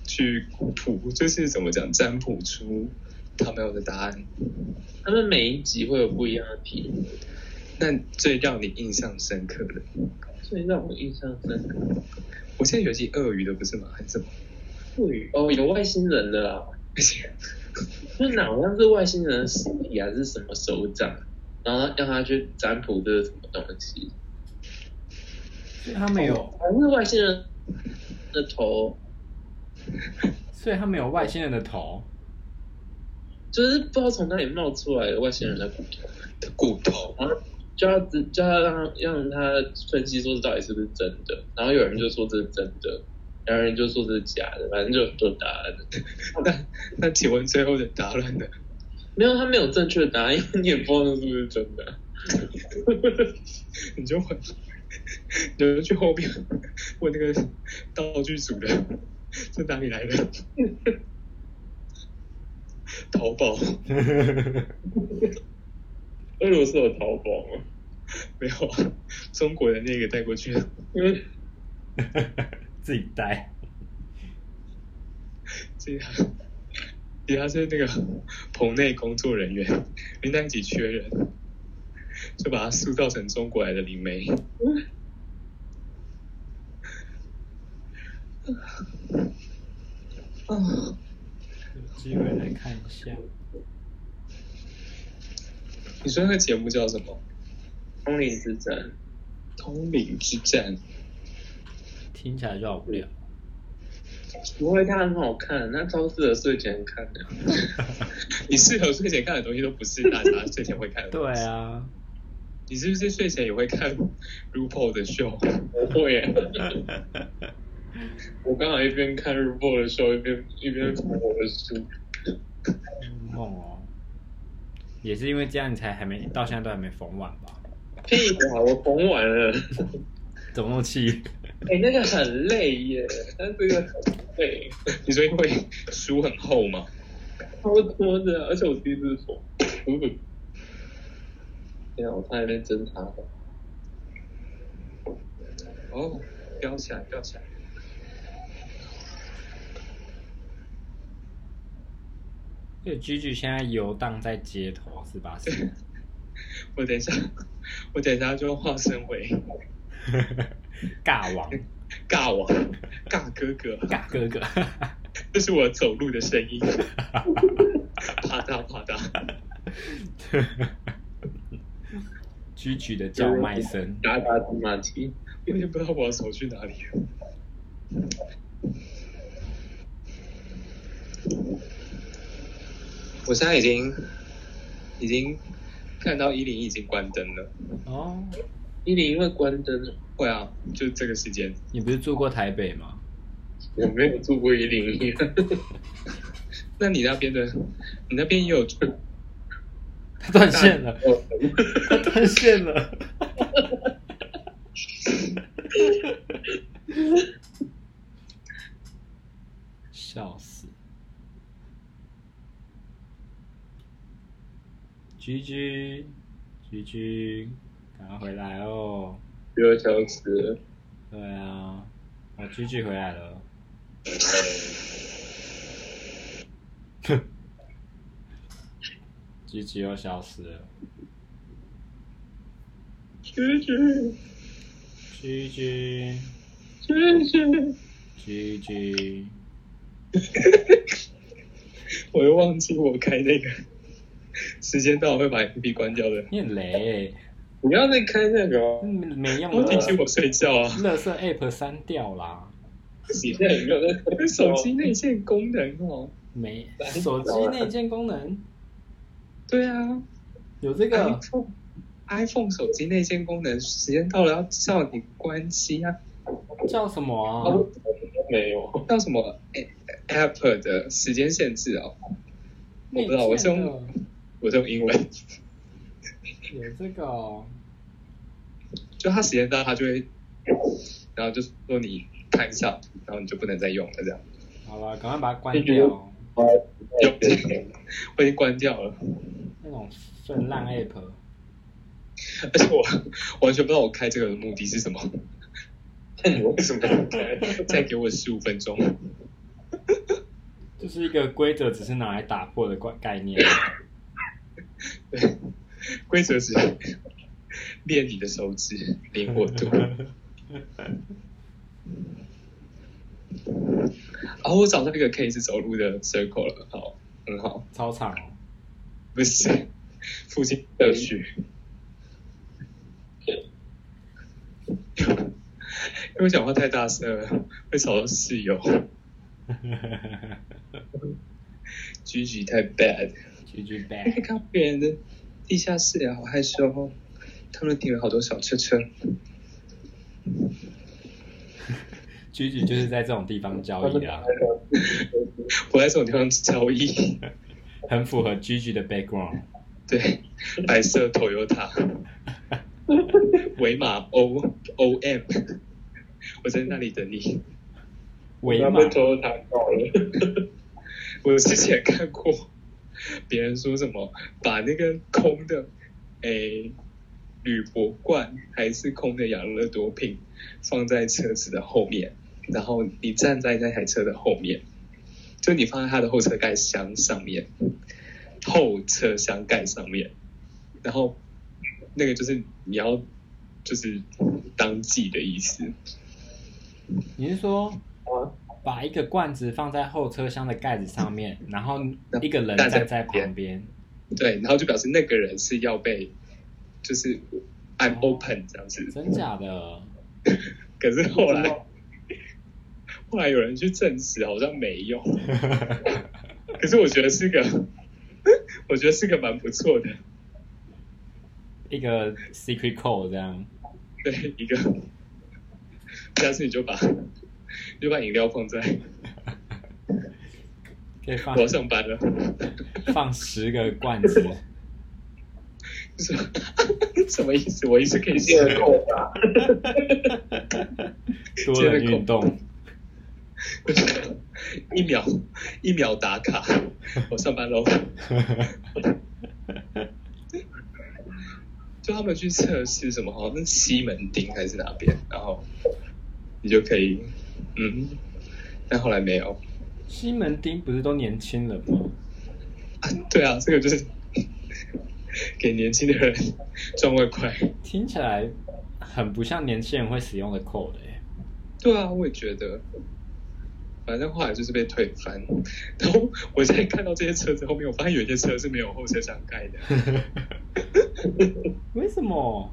[SPEAKER 4] 去卜，就是怎么讲占卜出他们要的答案。
[SPEAKER 2] 他们每一集会有不一样的题目，
[SPEAKER 4] 那最让你印象深刻的，
[SPEAKER 2] 所以让我印象深刻。
[SPEAKER 4] 我记得有一集鳄鱼的不是吗？还是什么？
[SPEAKER 2] 对哦，有外星人的啊啦，就是哪好像是外星人的尸体还是什么手掌，然后让他去占卜这是什么东西，
[SPEAKER 1] 所以他们有，
[SPEAKER 2] 还是外星人的头，
[SPEAKER 1] 所以他们有外星人的头。 [laughs]
[SPEAKER 2] 就是不知道从哪里冒出来的外星人的骨头，
[SPEAKER 4] 的骨头，
[SPEAKER 2] 然后就要只就要让让他分析说这到底是不是真的，然后有人就说这是真的，有人就说这是假的，反正就有很多答案。
[SPEAKER 4] 那那请问最后的答案呢？
[SPEAKER 2] 没有，他没有正确的答案，因为你也不知道那是不是真的。 [laughs]
[SPEAKER 4] 你就问，你就去后面问那个 [laughs] 道具组的，这哪里来的？ [laughs] 淘宝
[SPEAKER 2] 俄罗斯有淘宝吗？
[SPEAKER 4] 没有啊，中国的那个带过去的，
[SPEAKER 2] 因为
[SPEAKER 1] 自己带，
[SPEAKER 4] 其他其他是那个棚内工作人员，因为那一集缺人，就把它塑造成中国来的灵媒。
[SPEAKER 1] 有机会来看一下。
[SPEAKER 4] 你说那个节目叫什么？
[SPEAKER 2] 通灵之战。
[SPEAKER 4] 《通灵之战》。 [laughs]
[SPEAKER 1] 听起来就好无聊。
[SPEAKER 2] 不会，它很好看，那超适合睡前看的。
[SPEAKER 4] 你适合睡前看的东西都不是大家睡前会看的东
[SPEAKER 1] 对
[SPEAKER 4] 西。
[SPEAKER 1] [laughs] 啊，
[SPEAKER 4] 你是不是睡前也会看 RuPaul 的秀？
[SPEAKER 2] 我会耶，我刚好一边看日播的时候，一边一边翻我的书。
[SPEAKER 1] 梦哦，也是因为这样，你才还没到现在都还没缝完吧？
[SPEAKER 2] 啊屁啦，我缝完了，
[SPEAKER 1] 怎么那么气？
[SPEAKER 2] 哎、那个很累耶，但这个很累，
[SPEAKER 4] 你说因为书很厚嘛，
[SPEAKER 2] 超多的，而且我第一次做，嗯，天啊，我差点被侦查到。
[SPEAKER 4] 哦，飙起来，飙起来。
[SPEAKER 1] 这 G G 现在游荡在街头是 [laughs] 吧？是
[SPEAKER 4] 我等一下，我等一下就化身为
[SPEAKER 1] 尬王
[SPEAKER 4] 尬王、尬哥哥，
[SPEAKER 1] 尬哥 [laughs] 哥，
[SPEAKER 4] 这是我走路的声音，啪嗒啪嗒，
[SPEAKER 1] G G 的叫卖声。
[SPEAKER 2] 打打芝麻鸡，
[SPEAKER 4] 有点不知道我要手去哪里了。我现在已经已经看到一零已经关灯了。
[SPEAKER 1] 哦，
[SPEAKER 2] 一零因为关灯哦了，
[SPEAKER 4] 会啊，就这个时间，
[SPEAKER 1] 你不是住过台北吗？
[SPEAKER 2] 我没有住过一零一，
[SPEAKER 4] 那你那边的，你那边也有住
[SPEAKER 1] 他 [laughs] 断线了，
[SPEAKER 2] 哦
[SPEAKER 1] 他断线了。笑死！G G G G，赶快回来哦！
[SPEAKER 2] [laughs] 有个小时，
[SPEAKER 1] 对啊，我 G G 回来了。G G 又消失了。
[SPEAKER 2] 去去
[SPEAKER 1] G G
[SPEAKER 2] 去去，
[SPEAKER 1] G G，
[SPEAKER 4] 我又忘记我开那个时间到会把 A P P 关掉的。
[SPEAKER 1] 你很雷、欸
[SPEAKER 2] 不要再开那个哦，
[SPEAKER 1] 嗯没用
[SPEAKER 4] 我
[SPEAKER 1] 的
[SPEAKER 4] 提。醒我睡觉啊！
[SPEAKER 1] 乐色 App 删掉啦，
[SPEAKER 2] 你现在有没有在
[SPEAKER 4] 跟手机内建功能哦。
[SPEAKER 1] 没手机内建功能
[SPEAKER 4] 对啊
[SPEAKER 1] 有这个，
[SPEAKER 4] ，iPhone iPhone 手机内建功能，时间到了要叫你关机啊，哦
[SPEAKER 1] 叫什么啊？
[SPEAKER 2] 没有？
[SPEAKER 4] 叫什么 A- App 的时间限制哦。我
[SPEAKER 1] 内
[SPEAKER 4] 不知道我是
[SPEAKER 1] 建的
[SPEAKER 4] 用我这种英文， [laughs]
[SPEAKER 1] 有这个、哦，
[SPEAKER 4] 就它时间到它就会，然后就说你看一下，然后你就不能再用了这样。
[SPEAKER 1] 好吧，赶快把它关掉。
[SPEAKER 4] [laughs] 我已经关掉了，
[SPEAKER 1] 那种粪烂 App，
[SPEAKER 4] 而且我我完全不知道我开这个的目的是什么。
[SPEAKER 2] 那你为什么要开？
[SPEAKER 4] 再给我十五分钟。
[SPEAKER 1] 就是一个规则，只是拿来打破的概概念。
[SPEAKER 4] 对，规则是练你的手指灵活度。哦，我找到一个可以是走路的 circle 了，好，很好，
[SPEAKER 1] 操场哦，
[SPEAKER 4] 不是附近社区。因为我讲话太大声了，会吵到室友。居居太 bad。
[SPEAKER 1] GG
[SPEAKER 4] 那个
[SPEAKER 1] back，
[SPEAKER 4] 看别人的地下室也好害羞哦，他们停了好多小车车。
[SPEAKER 1] GG 就是在这种地方交易的、啊，
[SPEAKER 4] 我在这种地方交易，
[SPEAKER 1] 很符合 GG 的 background。
[SPEAKER 4] 对，白色 Toyota，维马 O O M，我在那里等你。
[SPEAKER 1] 维
[SPEAKER 2] 他
[SPEAKER 1] 码
[SPEAKER 2] 被偷塔告了，
[SPEAKER 4] [laughs] 我之前看过别人说什么，把那个空的诶铝箔罐还是空的养乐多瓶放在车子的后面，然后你站在那台车的后面，就你放在它的后车盖箱上面，后车厢盖上面，然后那个就是你要就是当季的意思，
[SPEAKER 1] 你是说
[SPEAKER 2] 啊
[SPEAKER 1] 把一个罐子放在后车厢的盖子上面，然后一个人
[SPEAKER 4] 站在
[SPEAKER 1] 站在
[SPEAKER 4] 旁边
[SPEAKER 1] 旁边？
[SPEAKER 4] 对，然后就表示那个人是要被就是 I'm open 这样子。
[SPEAKER 1] 真假的？
[SPEAKER 4] 可是后来，后来有人去证实，好像没有。可是我觉得是个，我觉得是个蛮不错的，
[SPEAKER 1] 一个 secret code 这样？
[SPEAKER 4] 对一个。下次你就把，你就把饮料放在
[SPEAKER 1] 可以放
[SPEAKER 4] 我要上班了，
[SPEAKER 1] 放十个罐子，
[SPEAKER 4] 就是
[SPEAKER 2] 什么意思？我一直可以
[SPEAKER 4] 接
[SPEAKER 2] 接
[SPEAKER 4] 着
[SPEAKER 2] 着
[SPEAKER 4] 扣 [laughs]
[SPEAKER 2] 扣打。
[SPEAKER 1] 多人运动，
[SPEAKER 2] 一秒一秒打卡，我上班喽。
[SPEAKER 4] 就他们去测试什么，好像是西门町还是哪边，然后你就可以，嗯，但后来没有
[SPEAKER 1] [laughs] 西门町不是都年轻人吗？
[SPEAKER 4] 啊。对啊，这个就是给年轻的人赚外快。
[SPEAKER 1] 听起来很不像年轻人会使用的 code
[SPEAKER 4] [laughs]
[SPEAKER 1] 欸
[SPEAKER 4] 对啊，我也觉得。反正后来就是被推翻，然后我现在看到这些车子后面，我发现有一些车是没有后车厢盖的， [laughs]
[SPEAKER 1] 为什么？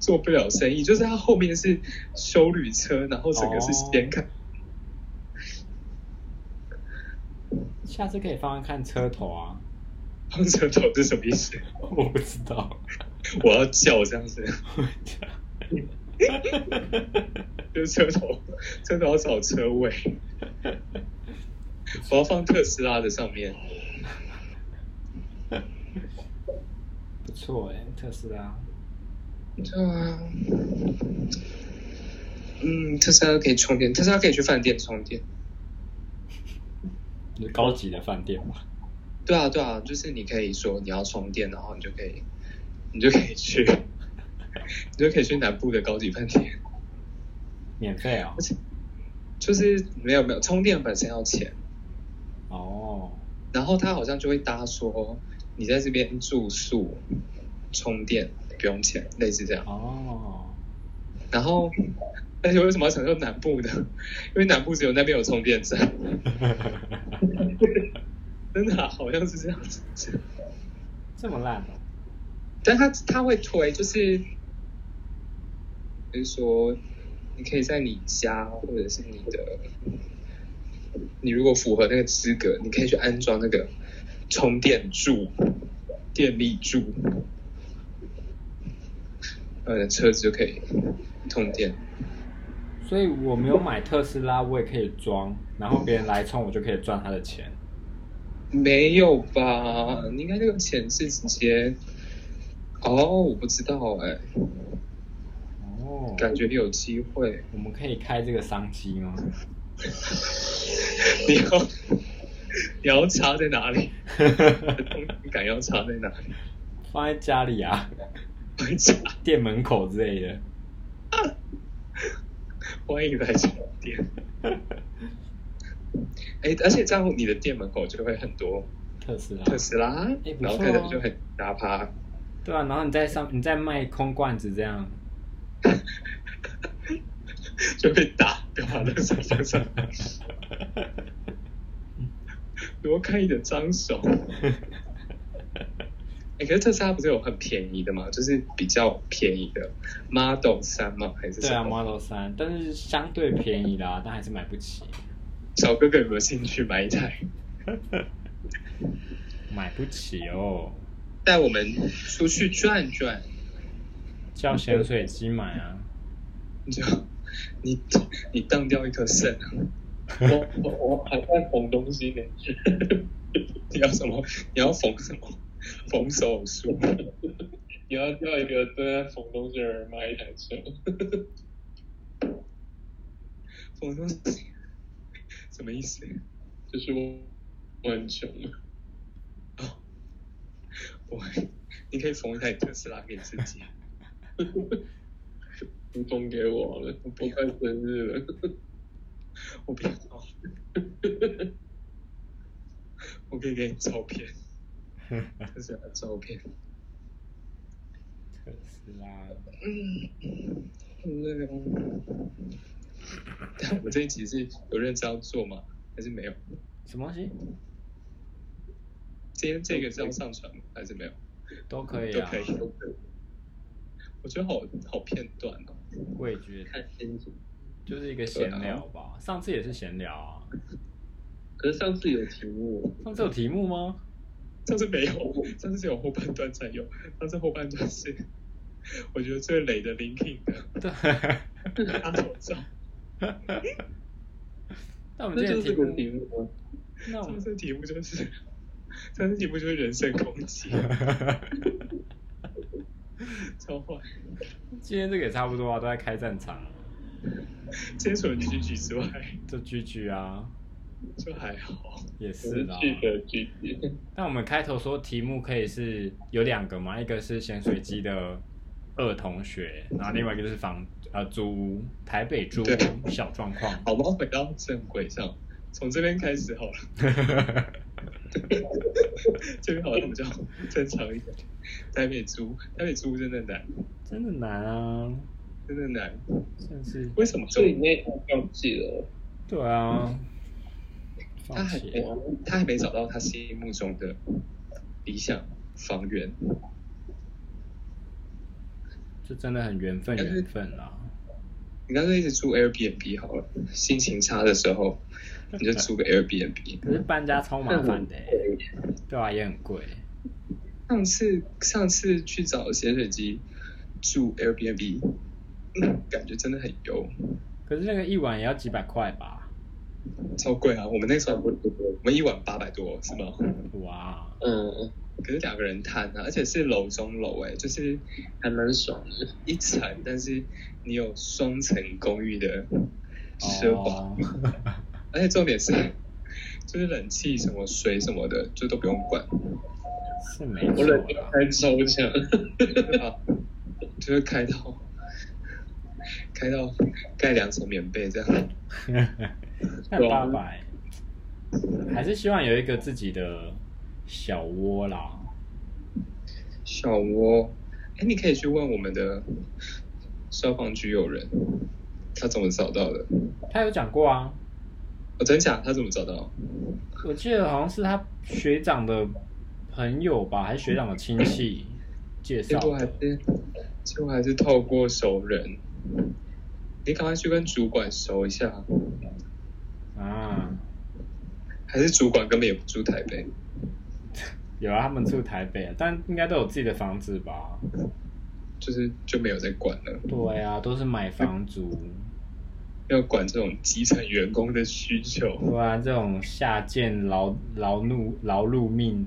[SPEAKER 4] 做不了生意。就是它后面是修旅车，然后整个是掀开，
[SPEAKER 1] 下次可以放看看车头啊，
[SPEAKER 4] 后车头是什么意思？
[SPEAKER 1] [laughs] 我不知道。
[SPEAKER 4] 我要叫这样子，就是车头，车头要找车位， [laughs] 我要放特斯拉的上面。
[SPEAKER 1] 不错哎、特斯拉。
[SPEAKER 4] 对啊，嗯，特斯拉可以充电，特斯拉可以去饭店充电。
[SPEAKER 1] 高级的饭店嘛，
[SPEAKER 4] 对啊，对啊，就是你可以说你要充电，然后你就可以，你就可以去，你就可以去南部的高级饭店。
[SPEAKER 1] 免费哦。
[SPEAKER 4] 就是没有没有充电本身要钱，
[SPEAKER 1] 哦，
[SPEAKER 4] 然后他好像就会搭说你在这边住宿、充电不用钱，类似这样。
[SPEAKER 1] 哦， [laughs]
[SPEAKER 4] 然后，但是为什么要想到南部呢？因为南部只有那边有充电站，真的啊、好像是这样子。
[SPEAKER 1] 这么烂哦。
[SPEAKER 4] 但他他会推，就是，比如说，你可以在你家或者是你的，你如果符合那个资格，你可以去安装那个充电柱、电力柱，呃，车子就可以通电。
[SPEAKER 1] 所以我没有买特斯拉，我也可以装，然后别人来充，我就可以赚他的钱。
[SPEAKER 4] 没有吧？你应该那个钱是直接，哦，我不知道哎、
[SPEAKER 1] 哦，
[SPEAKER 4] 感觉有机会。
[SPEAKER 1] 我们可以开这个商机
[SPEAKER 4] [laughs]
[SPEAKER 1] 吗？
[SPEAKER 4] 你要你要插在哪里？你敢要插在哪里？
[SPEAKER 1] 放在家里啊，
[SPEAKER 4] 欢迎插，
[SPEAKER 1] 店门口之类的。
[SPEAKER 4] 欢迎来充电。哎、而且这样你的店门口就会很多
[SPEAKER 1] 特斯拉，
[SPEAKER 4] 特斯拉，
[SPEAKER 1] 哎不错哦
[SPEAKER 4] 然后可能就很打趴。
[SPEAKER 1] 对啊，然后你在上，你在卖空罐子这
[SPEAKER 4] [laughs]
[SPEAKER 1] 样，
[SPEAKER 4] 就被打，不要把垃圾放上来，挪开你的
[SPEAKER 1] [laughs]
[SPEAKER 4] 脏手。哎、可是特斯拉不是有很便宜的吗？就是比较便宜的 Model 三吗？还是
[SPEAKER 1] 对
[SPEAKER 4] 什
[SPEAKER 1] 啊
[SPEAKER 4] 么？
[SPEAKER 1] ，Model 三，但是相对便宜啦，但还是买不起，
[SPEAKER 4] 小哥哥有没有兴趣买一台？
[SPEAKER 1] 买不起哦，
[SPEAKER 4] 带我们出去转转，
[SPEAKER 1] 叫咸水鸡买啊，
[SPEAKER 4] 你就 [laughs] 你你当掉一颗肾啊！
[SPEAKER 2] 我我我还在缝东西呢，
[SPEAKER 4] 你要什么？你要缝什么？缝手术？
[SPEAKER 2] 你要叫一个正在缝东西的人卖一台车，
[SPEAKER 4] 缝手术？什么意思？
[SPEAKER 2] 就是我我很穷， [laughs]
[SPEAKER 4] 我你可以缝一台特斯拉给自己。
[SPEAKER 2] 你缝给我好了，我快生日了，
[SPEAKER 4] 我不要，我可以给你照片，特斯拉照片。
[SPEAKER 1] 特斯拉，
[SPEAKER 4] 嗯，好累哦。但我们这一集是有认真要做吗？还是没有？
[SPEAKER 1] 什么东西
[SPEAKER 4] 今天这个是要上传吗？还是没有？
[SPEAKER 1] 都可以
[SPEAKER 4] 都
[SPEAKER 1] 啊
[SPEAKER 4] 可，以，都可以。我觉得好好片段哦。
[SPEAKER 1] 我也觉得
[SPEAKER 2] 看心情。
[SPEAKER 1] 就是一个闲聊吧，上次也是闲聊啊，
[SPEAKER 2] 可是上次有题目，
[SPEAKER 1] 上次有题目吗？
[SPEAKER 4] 上次没有，上次只有后半段才有。上次后半段是我觉得最雷的 Linkin
[SPEAKER 1] [laughs]
[SPEAKER 4] 的
[SPEAKER 1] 对，
[SPEAKER 4] 大头照，
[SPEAKER 1] 那我们
[SPEAKER 2] 那
[SPEAKER 1] 今天
[SPEAKER 2] 就
[SPEAKER 1] 的
[SPEAKER 2] 是这个题
[SPEAKER 1] 题目，
[SPEAKER 2] 目啊。
[SPEAKER 1] 那我
[SPEAKER 4] 上
[SPEAKER 1] 们
[SPEAKER 4] 次题目就是，上次题目就是人身攻击，超
[SPEAKER 1] 今天这个也差不多啊，都在开战场，
[SPEAKER 4] 今天除了狙击之外，
[SPEAKER 1] 就居居啊，
[SPEAKER 4] 就还好。
[SPEAKER 1] 也是啦。
[SPEAKER 2] 剧的剧集，
[SPEAKER 1] 那我们开头说题目可以是有两个嘛，一个是咸水鸡的二同学，然后另外一个就是房呃租屋台北租
[SPEAKER 4] 对
[SPEAKER 1] 屋小状况。 [laughs]
[SPEAKER 4] 好，我们回到正轨上，从这边开始好了。 [laughs] 这边好像比较正常一点。台北猪，台北猪真的难，
[SPEAKER 1] 真的难啊，
[SPEAKER 4] 真的难。
[SPEAKER 1] 算是
[SPEAKER 4] 为什么
[SPEAKER 2] 这里面我忘记了，
[SPEAKER 1] 对啊，放
[SPEAKER 4] 他还
[SPEAKER 1] 弃
[SPEAKER 4] 没他还没找到他心目中的理想房源？
[SPEAKER 1] 这真的很缘分
[SPEAKER 4] 但是
[SPEAKER 1] 缘分啊。
[SPEAKER 4] 你干脆一直住 Airbnb 好了，心情差的时候你就租个 Airbnb。
[SPEAKER 1] 可是搬家超麻烦的欸、对啊，也很贵。
[SPEAKER 4] 上次上次去找咸水鸡住 Airbnb，嗯感觉真的很油，
[SPEAKER 1] 可是那个一晚也要几百块吧？
[SPEAKER 4] 超贵啊！我们那时候我们一晚八百多是吗？
[SPEAKER 1] 哇，
[SPEAKER 2] 嗯，
[SPEAKER 4] 可是两个人摊啊，而且是楼中楼哎、就是
[SPEAKER 2] 还蛮爽的。
[SPEAKER 4] 一层，但是你有双层公寓的奢华，
[SPEAKER 1] 哦，
[SPEAKER 4] 而且重点是就是冷气什么水什么的就都不用管， [laughs]
[SPEAKER 1] 是没
[SPEAKER 2] 我
[SPEAKER 1] 错
[SPEAKER 2] 冷气
[SPEAKER 1] 啦。
[SPEAKER 2] 开抽奖，
[SPEAKER 4] 对吧就是开到开到盖两层棉被这样。
[SPEAKER 1] [laughs] 那八百，还是希望有一个自己的小窝啦。
[SPEAKER 4] 小窝，哎，你可以去问我们的消防局有人，他怎么找到的？
[SPEAKER 1] 他有讲过啊，
[SPEAKER 4] 我、真假？他怎么找到？
[SPEAKER 1] 我记得好像是他学长的朋友吧，还是学长的亲戚介
[SPEAKER 4] 结
[SPEAKER 1] 绍
[SPEAKER 4] 果还
[SPEAKER 1] 的。
[SPEAKER 4] 是结果还是透过熟人。你赶快去跟主管熟一下，
[SPEAKER 1] 啊，
[SPEAKER 4] 还是主管根本也不住台北？
[SPEAKER 1] 有啊，他们住台北啊，但应该都有自己的房子吧？
[SPEAKER 4] 就是就没有在管了，
[SPEAKER 1] 对啊，都是买房族。
[SPEAKER 4] 要管这种基层员工的需求。
[SPEAKER 1] 对啊，这种下贱劳劳怒劳碌命，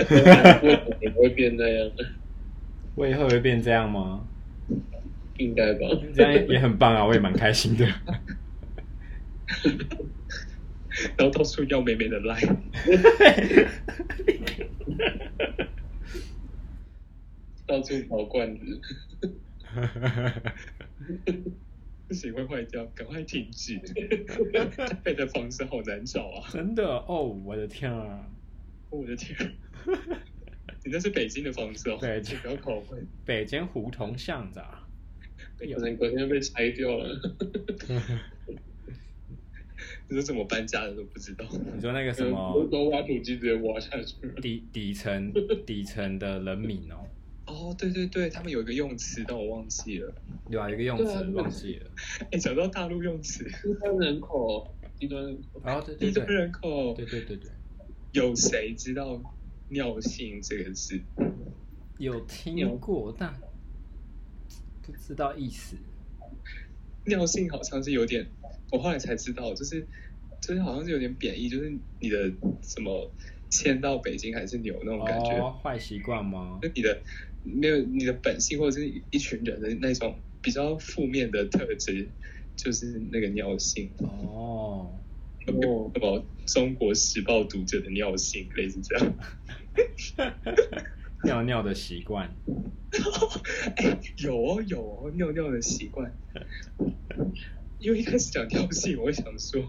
[SPEAKER 2] 我也会变那样，
[SPEAKER 1] 我以后会变这样吗？
[SPEAKER 2] 应该吧？
[SPEAKER 1] 这样也很棒啊，我也蛮开心的。
[SPEAKER 4] 然后到处要美美的赖。
[SPEAKER 2] 到处跑罐子，
[SPEAKER 4] 不行会坏掉，赶快停止。台北的房子好难找啊！
[SPEAKER 1] 真的哦，我的天啊！
[SPEAKER 4] 我的天，你那是北京的房子哦，
[SPEAKER 1] 对
[SPEAKER 4] 请不要考混。
[SPEAKER 1] 北京胡同巷子啊，
[SPEAKER 2] 可能隔天被拆掉了。
[SPEAKER 4] 你说怎么搬家的都不知道，
[SPEAKER 1] 你说那个什
[SPEAKER 2] 嗯，
[SPEAKER 4] [laughs]
[SPEAKER 1] 么
[SPEAKER 2] 都挖土机直接挖下去了。
[SPEAKER 1] 底底层底层的人民哦，
[SPEAKER 4] 哦，对对对，他们有一个用词，但我忘记了。
[SPEAKER 1] 对啊，有一个用
[SPEAKER 2] 对啊
[SPEAKER 1] 词
[SPEAKER 2] 对
[SPEAKER 1] 忘记了。
[SPEAKER 4] [laughs] 哎，讲到大陆用词，
[SPEAKER 2] 低端人口，低端人口
[SPEAKER 1] 然后哦对对
[SPEAKER 4] 低
[SPEAKER 1] 对
[SPEAKER 4] 端人口
[SPEAKER 1] 对对对对，
[SPEAKER 4] 有谁知道“尿性”这个字？
[SPEAKER 1] 有听过，但不知道意思。
[SPEAKER 4] 尿性好像是有点，我后来才知道，就是就是好像是有点贬义，就是你的什么迁到北京还是牛那种感觉，
[SPEAKER 1] 哦，坏习惯吗
[SPEAKER 4] 就？你的没有你的本性或者是一群人的那种比较负面的特质，就是那个尿性。
[SPEAKER 1] 哦，
[SPEAKER 2] 哦
[SPEAKER 4] 什么《中国时报》读者的尿性，类似这样。
[SPEAKER 1] 尿尿的习惯，
[SPEAKER 4] 哎，有哦有哦，尿尿的习惯。因为一开始讲尿性，我会想说，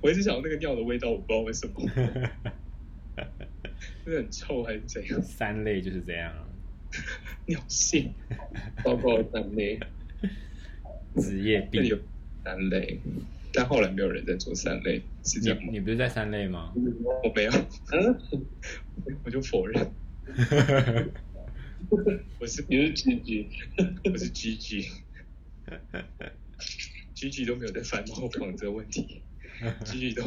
[SPEAKER 4] 我一直想到那个尿的味道，我不知道为什么，就是很臭还是怎样。
[SPEAKER 1] 三类就是这样，
[SPEAKER 4] 尿性，
[SPEAKER 2] 包括三类，
[SPEAKER 1] 职业
[SPEAKER 4] 那
[SPEAKER 1] 病
[SPEAKER 4] 里。有三类，但后来没有人在做三类，是这
[SPEAKER 1] 你
[SPEAKER 4] 样吗？
[SPEAKER 1] 你不是在三类吗？
[SPEAKER 4] 我没有，
[SPEAKER 2] 嗯，
[SPEAKER 4] 我就否认，我是
[SPEAKER 2] 你是几几？
[SPEAKER 4] 我是 GG。GG 都没有在烦恼房子的问题，GG 都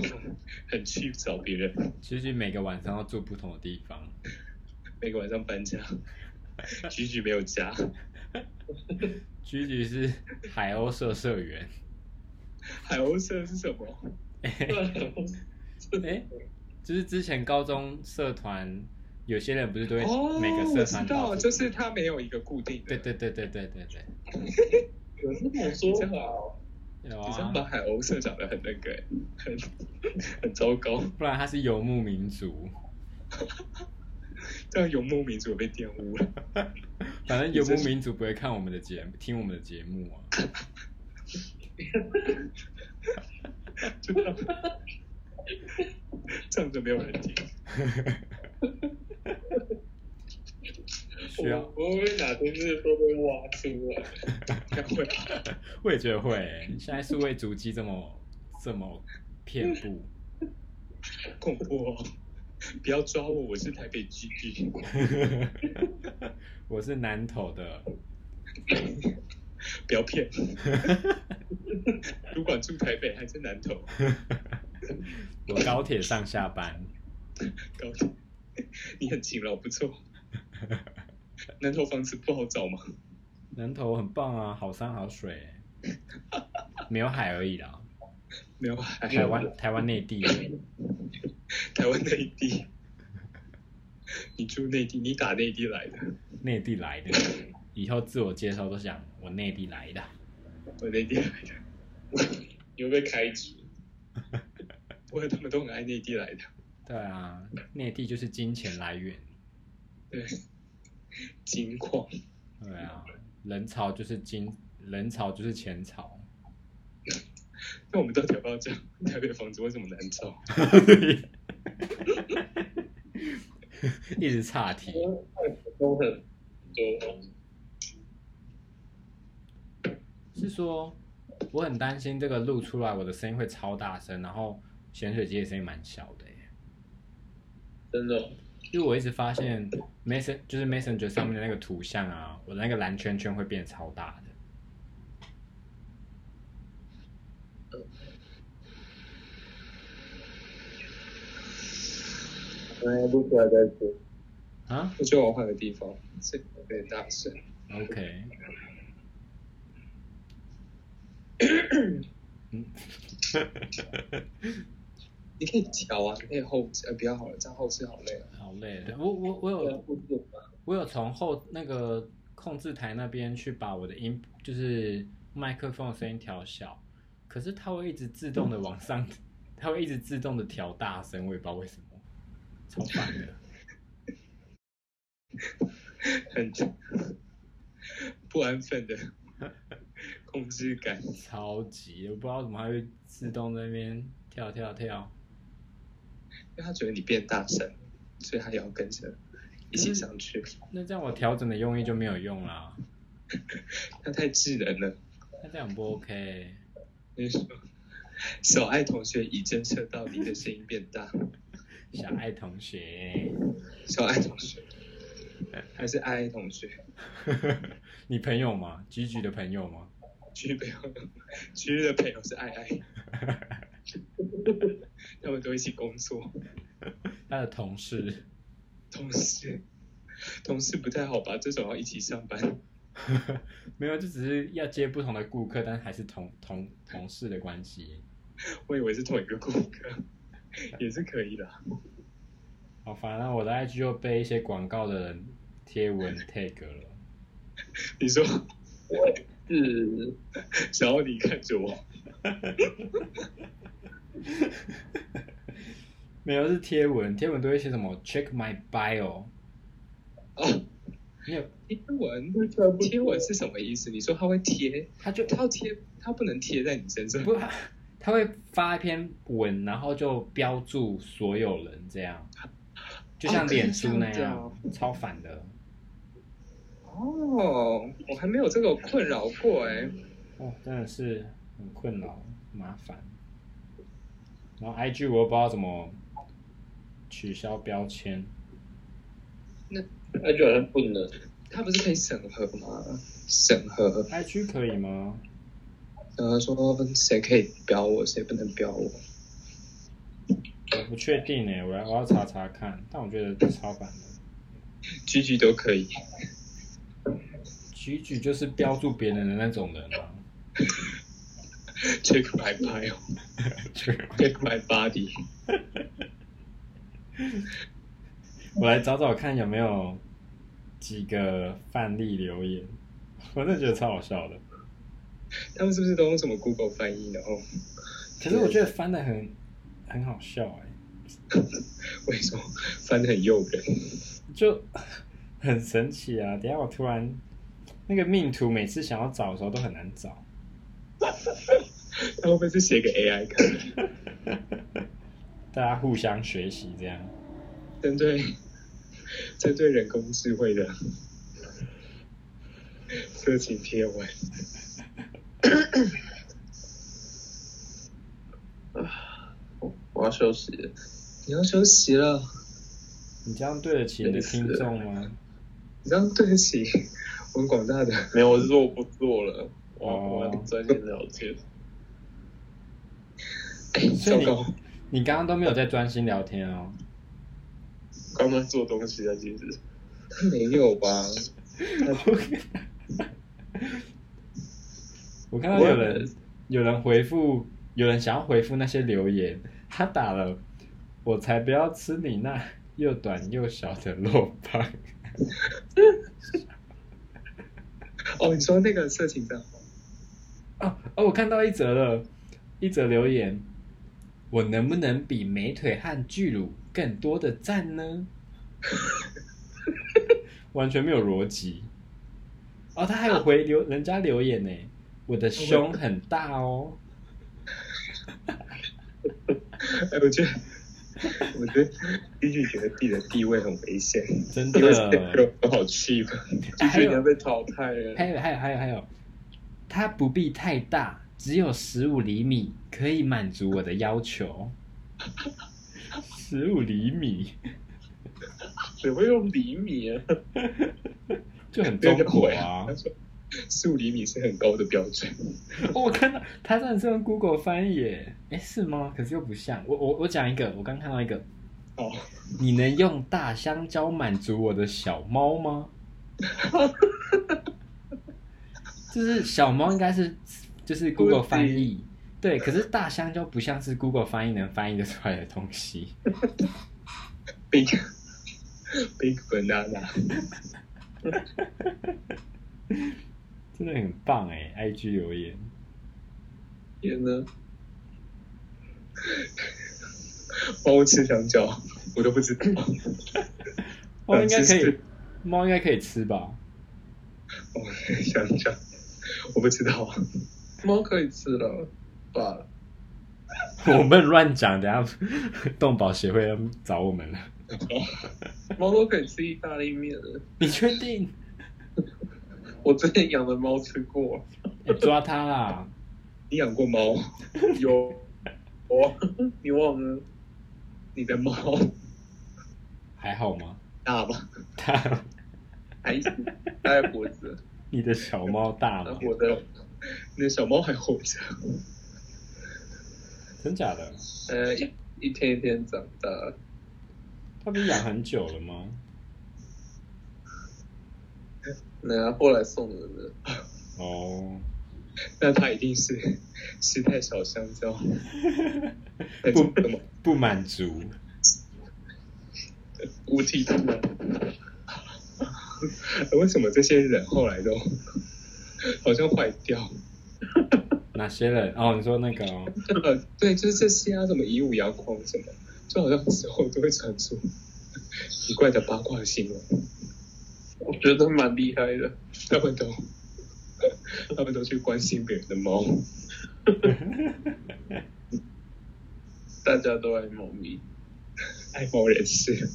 [SPEAKER 4] 很 [laughs] 去找别人， [laughs]
[SPEAKER 1] 其实每个晚上要住不同的地方，
[SPEAKER 4] 每个晚上搬
[SPEAKER 1] [laughs]
[SPEAKER 4] 家。菊菊没有家，
[SPEAKER 1] 居居是海鸥社社员。
[SPEAKER 4] 海鸥社是什么？
[SPEAKER 1] 哎、就是之前高中社团有些人不是都
[SPEAKER 4] 哦
[SPEAKER 1] 会，每个
[SPEAKER 4] 我
[SPEAKER 1] 社
[SPEAKER 4] 知
[SPEAKER 1] 团
[SPEAKER 4] 道，
[SPEAKER 1] 到处
[SPEAKER 4] 就是它没有一个固定的。
[SPEAKER 1] 对对对对对对对，
[SPEAKER 2] 有这种说法哦？
[SPEAKER 1] 有
[SPEAKER 4] 你像把
[SPEAKER 1] 啊，
[SPEAKER 4] 海鸥社长的很那个欸，很很糟糕，
[SPEAKER 1] 不然他是游牧民族，
[SPEAKER 4] 这样游牧民族被玷污了。
[SPEAKER 1] 反
[SPEAKER 4] [laughs]
[SPEAKER 1] 正游牧民族不会看我们的节目，听我们的节目啊。
[SPEAKER 4] 就这样，这样就没有人听。
[SPEAKER 1] 需要，
[SPEAKER 2] 啊我我会不会哪天就是都被挖出来？
[SPEAKER 4] 该会，
[SPEAKER 1] 我也觉得会欸、现在数位足迹这么这么遍
[SPEAKER 4] [laughs]
[SPEAKER 1] 布， [laughs]
[SPEAKER 4] 恐怖哦！不要抓我，我是台北 GD。
[SPEAKER 1] 我是南投的，
[SPEAKER 4] 不要
[SPEAKER 1] [laughs]
[SPEAKER 4] 骗，主管住台北还是南投
[SPEAKER 1] 我高铁上下班，
[SPEAKER 4] 高铁，你很勤劳，不错。南投房子不好找吗？
[SPEAKER 1] 南投很棒啊，好山好水欸、没有海而已啦，
[SPEAKER 4] 没有啊海，
[SPEAKER 1] 台湾台湾内地，
[SPEAKER 4] 台湾内地。你住内地，你打内地来的，
[SPEAKER 1] 内地来的，以后自我介绍都讲我内地来的。
[SPEAKER 4] 我内地来的，
[SPEAKER 2] 你会被开除？
[SPEAKER 4] 不过他们都很爱内地来的。
[SPEAKER 1] 对啊，内地就是金钱来源，
[SPEAKER 4] 对，金矿，
[SPEAKER 1] 对啊，人潮就是金，人潮就是钱潮。 [laughs]
[SPEAKER 4] 那我们到底要不要讲台北房子为什么难找？
[SPEAKER 1] 一直岔
[SPEAKER 2] 哎
[SPEAKER 1] 题，
[SPEAKER 2] 都很多。
[SPEAKER 1] 是说我很担心这个录出来我的声音会超大声，然后潜水机的声音蛮小的耶，欸
[SPEAKER 2] 真的哦、
[SPEAKER 1] 因为我一直发现 Mason 就是 Messenger 上面的那个图像啊，我的那个蓝圈圈会变超大的，
[SPEAKER 2] 哎，不出来再说。
[SPEAKER 1] 啊
[SPEAKER 4] 我觉得我要换个地方，这有点大声。
[SPEAKER 1] ？OK，
[SPEAKER 4] 你可以调啊，你可以后置，呃，不要好了，这样后置好累啊。
[SPEAKER 1] 好累的，我我我有
[SPEAKER 2] 不不吧，
[SPEAKER 1] 我有从后那个控制台那边去把我的音，就是麦克风的声音调小，可是它会一直自动的往上， [laughs] 它会一直自动的调大声，我也不知道为什么，超烦的。
[SPEAKER 4] 很不安分的控制感。
[SPEAKER 1] 超级，我不知道怎么它会自动在那边跳跳跳。
[SPEAKER 4] 因为他觉得你变大声，所以他也要跟着一起上去。
[SPEAKER 1] 那这样我调整的用意就没有用啦，
[SPEAKER 4] 他太智能了。
[SPEAKER 1] 那这样很不 OK。
[SPEAKER 4] 你说，小爱同学已侦测到你的声音变大，
[SPEAKER 1] 小爱同学， [laughs]
[SPEAKER 4] 小爱同学还是爱爱同学？
[SPEAKER 1] 你朋友吗？菊菊的朋友吗？
[SPEAKER 4] 区朋友，区的朋友是爱爱，他们都一起工作，
[SPEAKER 1] 他的同事， [laughs]
[SPEAKER 4] 同事。同事不太好吧？这种要一起上班，
[SPEAKER 1] 没有，就只是要接不同的顾客，但还是同同同事的关系，
[SPEAKER 4] 我以为是同一个顾客， [laughs] 也是可以的。
[SPEAKER 1] 好烦啊！我的 IG 又被一些广告的人贴文 tag 了，
[SPEAKER 4] 你说
[SPEAKER 2] 我是
[SPEAKER 4] 想要你看着我，
[SPEAKER 1] 没有是贴文，贴文都会写什么 check my bio，
[SPEAKER 4] 哦，
[SPEAKER 1] 你有
[SPEAKER 4] 贴文
[SPEAKER 2] 不出来不
[SPEAKER 4] 贴文是什么意思？你说他会贴，
[SPEAKER 1] 他就
[SPEAKER 4] 他要贴，他不能贴在你身上。
[SPEAKER 1] 不， [laughs] 他会发一篇文，然后就标注所有人这样，就像
[SPEAKER 4] 哦可以
[SPEAKER 1] 脸书那
[SPEAKER 4] 这
[SPEAKER 1] 样，
[SPEAKER 4] 样子
[SPEAKER 1] 超烦的。
[SPEAKER 4] 哦，我还没有这个困扰过哎、
[SPEAKER 1] 哦，真的是很困扰，麻烦。然后 IG 我又不知道怎么取消标签，
[SPEAKER 2] 哎那就好像不能。
[SPEAKER 4] 他不是可以审核吗？审核，
[SPEAKER 1] IG 可以吗？
[SPEAKER 4] 然后说谁可以标我，谁不能标我。
[SPEAKER 1] 我不确定诶，我要我要查查看，但我觉得超烦的。
[SPEAKER 4] 句句都可以，
[SPEAKER 1] 举举就是标注别人的那种人
[SPEAKER 4] [laughs]
[SPEAKER 1] 啊，
[SPEAKER 4] check my [laughs] bio，check
[SPEAKER 1] 就是
[SPEAKER 4] my body。
[SPEAKER 1] 我来找找看有没有几个范例留言，我真的觉得超好笑的。
[SPEAKER 4] 他们是不是都用什么 Google 翻译？然后
[SPEAKER 1] 可是我觉得翻的很很好笑哎、
[SPEAKER 4] 为什么翻的很诱人？
[SPEAKER 1] 就 [laughs] 很神奇啊！等一下我突然那个命途，每次想要找的时候都很难找。
[SPEAKER 4] [laughs] 他会不会是写给 AI 看的？
[SPEAKER 2] [laughs]
[SPEAKER 1] 大家互相学习这样。
[SPEAKER 4] 针对针对人工智慧的色情贴文，
[SPEAKER 2] 我我要休息了，你要休息了，
[SPEAKER 1] 你这样对得起你的听众吗？
[SPEAKER 4] 你这样对得起我们广大的
[SPEAKER 2] 没有，我是说我不做了，我
[SPEAKER 1] 哦
[SPEAKER 2] 我要专心聊天。
[SPEAKER 1] 所以
[SPEAKER 2] 哎
[SPEAKER 4] 糟糕
[SPEAKER 1] 你你刚刚都没有在专心聊天哦。
[SPEAKER 2] 刚刚做东西啊，其实
[SPEAKER 4] 没有吧？
[SPEAKER 1] [laughs] 我看到有人有人回复，有人想要回复那些留言，他打了“我才不要吃你那又短又小的肉棒
[SPEAKER 4] 哦，你说那个色情账号，”。
[SPEAKER 1] 哦哦，我看到一则了，一则留言：“我能不能比美腿和巨乳更多的赞呢？” [laughs] 完全没有逻辑。哦，他还有回留人家留言呢，我的胸很大哦。
[SPEAKER 4] 哎，我觉
[SPEAKER 2] [laughs]
[SPEAKER 4] 得。我觉得继续觉得自己的地位很危险，
[SPEAKER 1] 真
[SPEAKER 2] 啊
[SPEAKER 1] 的
[SPEAKER 4] 因为这个肉都好气吧？
[SPEAKER 1] 还
[SPEAKER 4] 继
[SPEAKER 1] 有
[SPEAKER 4] 续
[SPEAKER 1] [laughs]
[SPEAKER 4] 你要被淘汰
[SPEAKER 1] 还
[SPEAKER 4] 了。
[SPEAKER 1] 有还有还有还有，它不必太大，只有十五厘米可以满足我的要求。十五厘米
[SPEAKER 2] 只会用厘米啊，
[SPEAKER 1] 就很中国啊！
[SPEAKER 4] 他说十五厘米是很高的标准，
[SPEAKER 1] 哦 [laughs] 我看到它真的是用 Google 翻译耶，哎是吗？可是又不像。我我我讲一个，我刚看到一个，
[SPEAKER 4] 哦，
[SPEAKER 1] 你能用大香蕉满足我的小猫吗？就是小猫应该是就是 Google 翻译，对，可是大香蕉不像是 Google 翻译能翻译的出来的东西。
[SPEAKER 4] Big Big Banana，
[SPEAKER 1] 真的很棒哎！IG 留言，
[SPEAKER 2] 天哪！
[SPEAKER 4] 帮我吃香蕉，我都不知道。
[SPEAKER 1] 猫
[SPEAKER 4] 哦
[SPEAKER 1] 应该可
[SPEAKER 4] 是
[SPEAKER 1] 以
[SPEAKER 4] 是，
[SPEAKER 1] 猫应该可以吃吧？
[SPEAKER 4] 哦，香蕉，我不知道。
[SPEAKER 2] 猫可以吃了，吧？
[SPEAKER 1] 我们乱讲，等下 [laughs] 动保协会要找我们了。
[SPEAKER 2] 猫都可以吃意大利面了。
[SPEAKER 1] [laughs] 你确定？
[SPEAKER 2] 我之前养的猫吃过，
[SPEAKER 1] 哎抓它啦！
[SPEAKER 4] 你养过
[SPEAKER 2] [laughs]
[SPEAKER 4] 猫？
[SPEAKER 2] 有，我你忘了？
[SPEAKER 4] 你的猫
[SPEAKER 1] 还好吗？
[SPEAKER 4] 大吗？
[SPEAKER 1] 它，
[SPEAKER 2] 还行，它还活着，
[SPEAKER 1] 你的小猫大 [laughs]
[SPEAKER 2] 它
[SPEAKER 1] 吗？
[SPEAKER 2] 活的，
[SPEAKER 4] 你的小猫还活着？
[SPEAKER 1] 真假的？
[SPEAKER 2] 呃，一一天一天长大。
[SPEAKER 1] 它不是养很久了吗？
[SPEAKER 2] 那后来送人了，
[SPEAKER 1] 哦，
[SPEAKER 4] 那它一定是 [laughs] 吃太少香蕉，还
[SPEAKER 1] 不
[SPEAKER 4] 是什么
[SPEAKER 1] 不满足，
[SPEAKER 4] 无体质吗？ [laughs] 为什么这些人后来都 [laughs] 好像坏掉？
[SPEAKER 1] 哪些人？哦，你说那个哦，
[SPEAKER 4] 呃，对，就是这些啊，什么以武扬狂什么，就好像之后都会传出奇怪的八卦新闻，
[SPEAKER 2] 我觉得蛮厉害的。
[SPEAKER 4] 他们都 [laughs] 他们都去关心别人的猫，
[SPEAKER 2] 大家都爱猫咪，
[SPEAKER 4] 爱猫人士，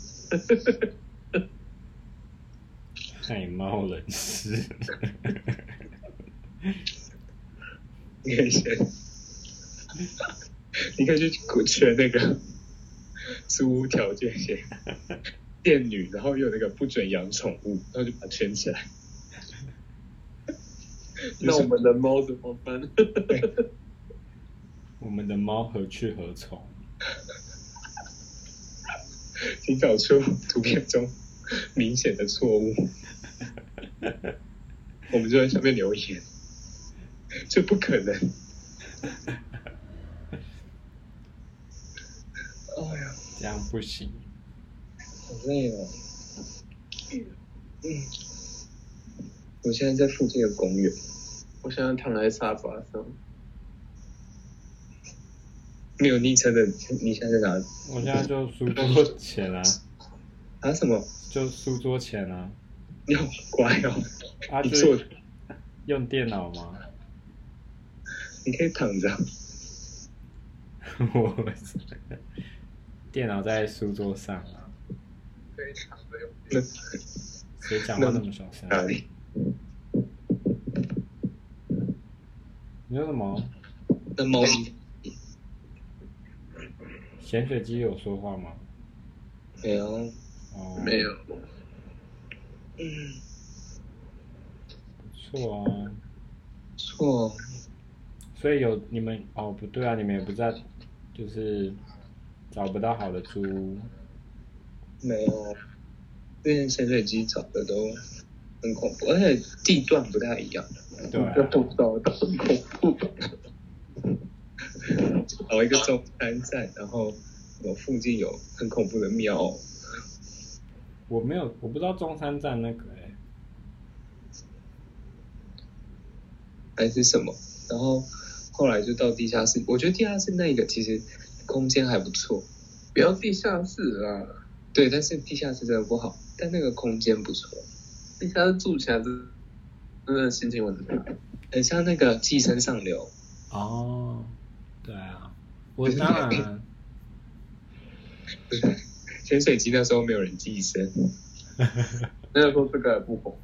[SPEAKER 1] 爱猫人士， [laughs]
[SPEAKER 4] 你可以先，你可以去缺那个 [laughs] 租屋条件先，店女，然后又有那个不准养宠物，然后就把它圈起来。
[SPEAKER 2] 那我们的猫怎么办？
[SPEAKER 1] 我们的猫何去何从？ [laughs]
[SPEAKER 4] 请找出图片中 [laughs] 明显的错误，我们就在下面留言，这不可能。哎呀，
[SPEAKER 1] 这样不行。
[SPEAKER 4] 哎好累哦。嗯，我现在在附近的公园，
[SPEAKER 2] [laughs] 我现在躺在沙发上，
[SPEAKER 4] 没有昵称的，你现在在哪？
[SPEAKER 1] 我现在就书桌前啊，
[SPEAKER 4] 啊什么？ [laughs]
[SPEAKER 1] 就书桌前啊，
[SPEAKER 4] 你好乖哦，
[SPEAKER 1] 啊
[SPEAKER 4] 你
[SPEAKER 1] 就
[SPEAKER 4] 坐
[SPEAKER 1] 是，用电脑吗？
[SPEAKER 4] 你可以躺着。
[SPEAKER 1] [laughs] 我电脑在书桌上啊，
[SPEAKER 2] 可以躺着用
[SPEAKER 4] 那
[SPEAKER 1] 谁讲话那么小
[SPEAKER 2] [laughs]
[SPEAKER 1] 声？
[SPEAKER 4] 哪里？
[SPEAKER 1] 你说什么？
[SPEAKER 4] 那猫咪
[SPEAKER 1] 潜水机有说话吗？
[SPEAKER 4] 没有？
[SPEAKER 1] 哦，
[SPEAKER 2] 没，有，
[SPEAKER 4] 嗯，
[SPEAKER 1] 不错啊。
[SPEAKER 4] 不错哦。
[SPEAKER 1] 所以有你们哦，不对啊，你们也不在，就是找不到好的租屋，
[SPEAKER 4] 没有，之前潜水机找的都很恐怖，而且地段不太一样，
[SPEAKER 1] 对啊
[SPEAKER 4] 都不知道都很恐怖。 [laughs] 找一个中山站，然后我附近有很恐怖的庙，
[SPEAKER 1] 我没有，我不知道中山站那个哎、
[SPEAKER 4] 还是什么，然后后来就到地下室，我觉得地下室那个其实空间还不错，
[SPEAKER 2] 不要地下室啦，
[SPEAKER 4] 对，但是地下室真的不好，但那个空间不错，
[SPEAKER 2] 地下室住起来真真的心情很差。
[SPEAKER 4] 很像那个寄生上流，
[SPEAKER 1] 哦，对啊，我当然啊
[SPEAKER 4] 不是潜水机那时候没有人寄生，
[SPEAKER 2] [laughs] 那个时候这个也不红，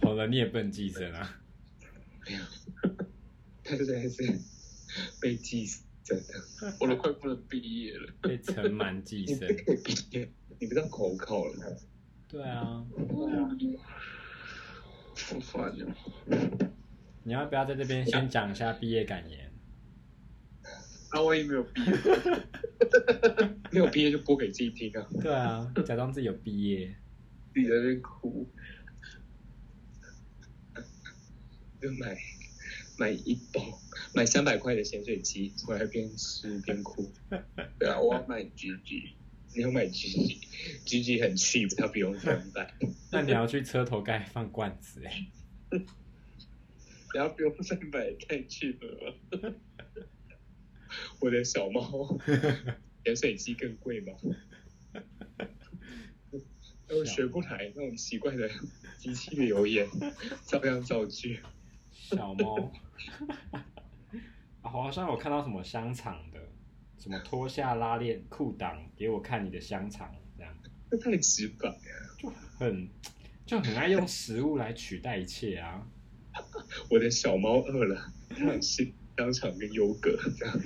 [SPEAKER 1] 好了，你也笨寄生啊，
[SPEAKER 4] 但是还是被寄生的。
[SPEAKER 2] 我都快不能毕业了。
[SPEAKER 1] 被尘螨寄
[SPEAKER 4] 你
[SPEAKER 1] 生
[SPEAKER 4] 不，可以毕业， [laughs] 你不知道口考了吗？
[SPEAKER 1] 对啊，
[SPEAKER 2] 好烦哦！
[SPEAKER 1] 你要不要在这边先讲一下毕业感言？
[SPEAKER 2] 那万一没有毕业，
[SPEAKER 4] [laughs] 没有毕业就播给自己听啊。
[SPEAKER 1] 对啊，假装自己有毕业，
[SPEAKER 2] 自己在那边哭，
[SPEAKER 4] 就买买一包，买三百块的咸水鸡，回来边吃边哭。
[SPEAKER 2] 对啊，我要买 GG，
[SPEAKER 4] 你要买 G G G G 很 cheap，它不用三百。
[SPEAKER 1] 那你要去车头盖放罐子哎、
[SPEAKER 4] 不要不用三百，太 cheap 了吧。我的小猫，咸水鸡更贵吗？我学不来那种奇怪的机器的留言，照样造句。
[SPEAKER 1] 小猫。 [laughs] 啊好像我看到什么香肠的，什么脱下拉链裤裆，给我看你的香肠，这样
[SPEAKER 4] 这太直白了。
[SPEAKER 1] 就很就很爱用食物来取代一切啊。
[SPEAKER 4] 我的小猫饿了，它想吃香肠跟优格，这样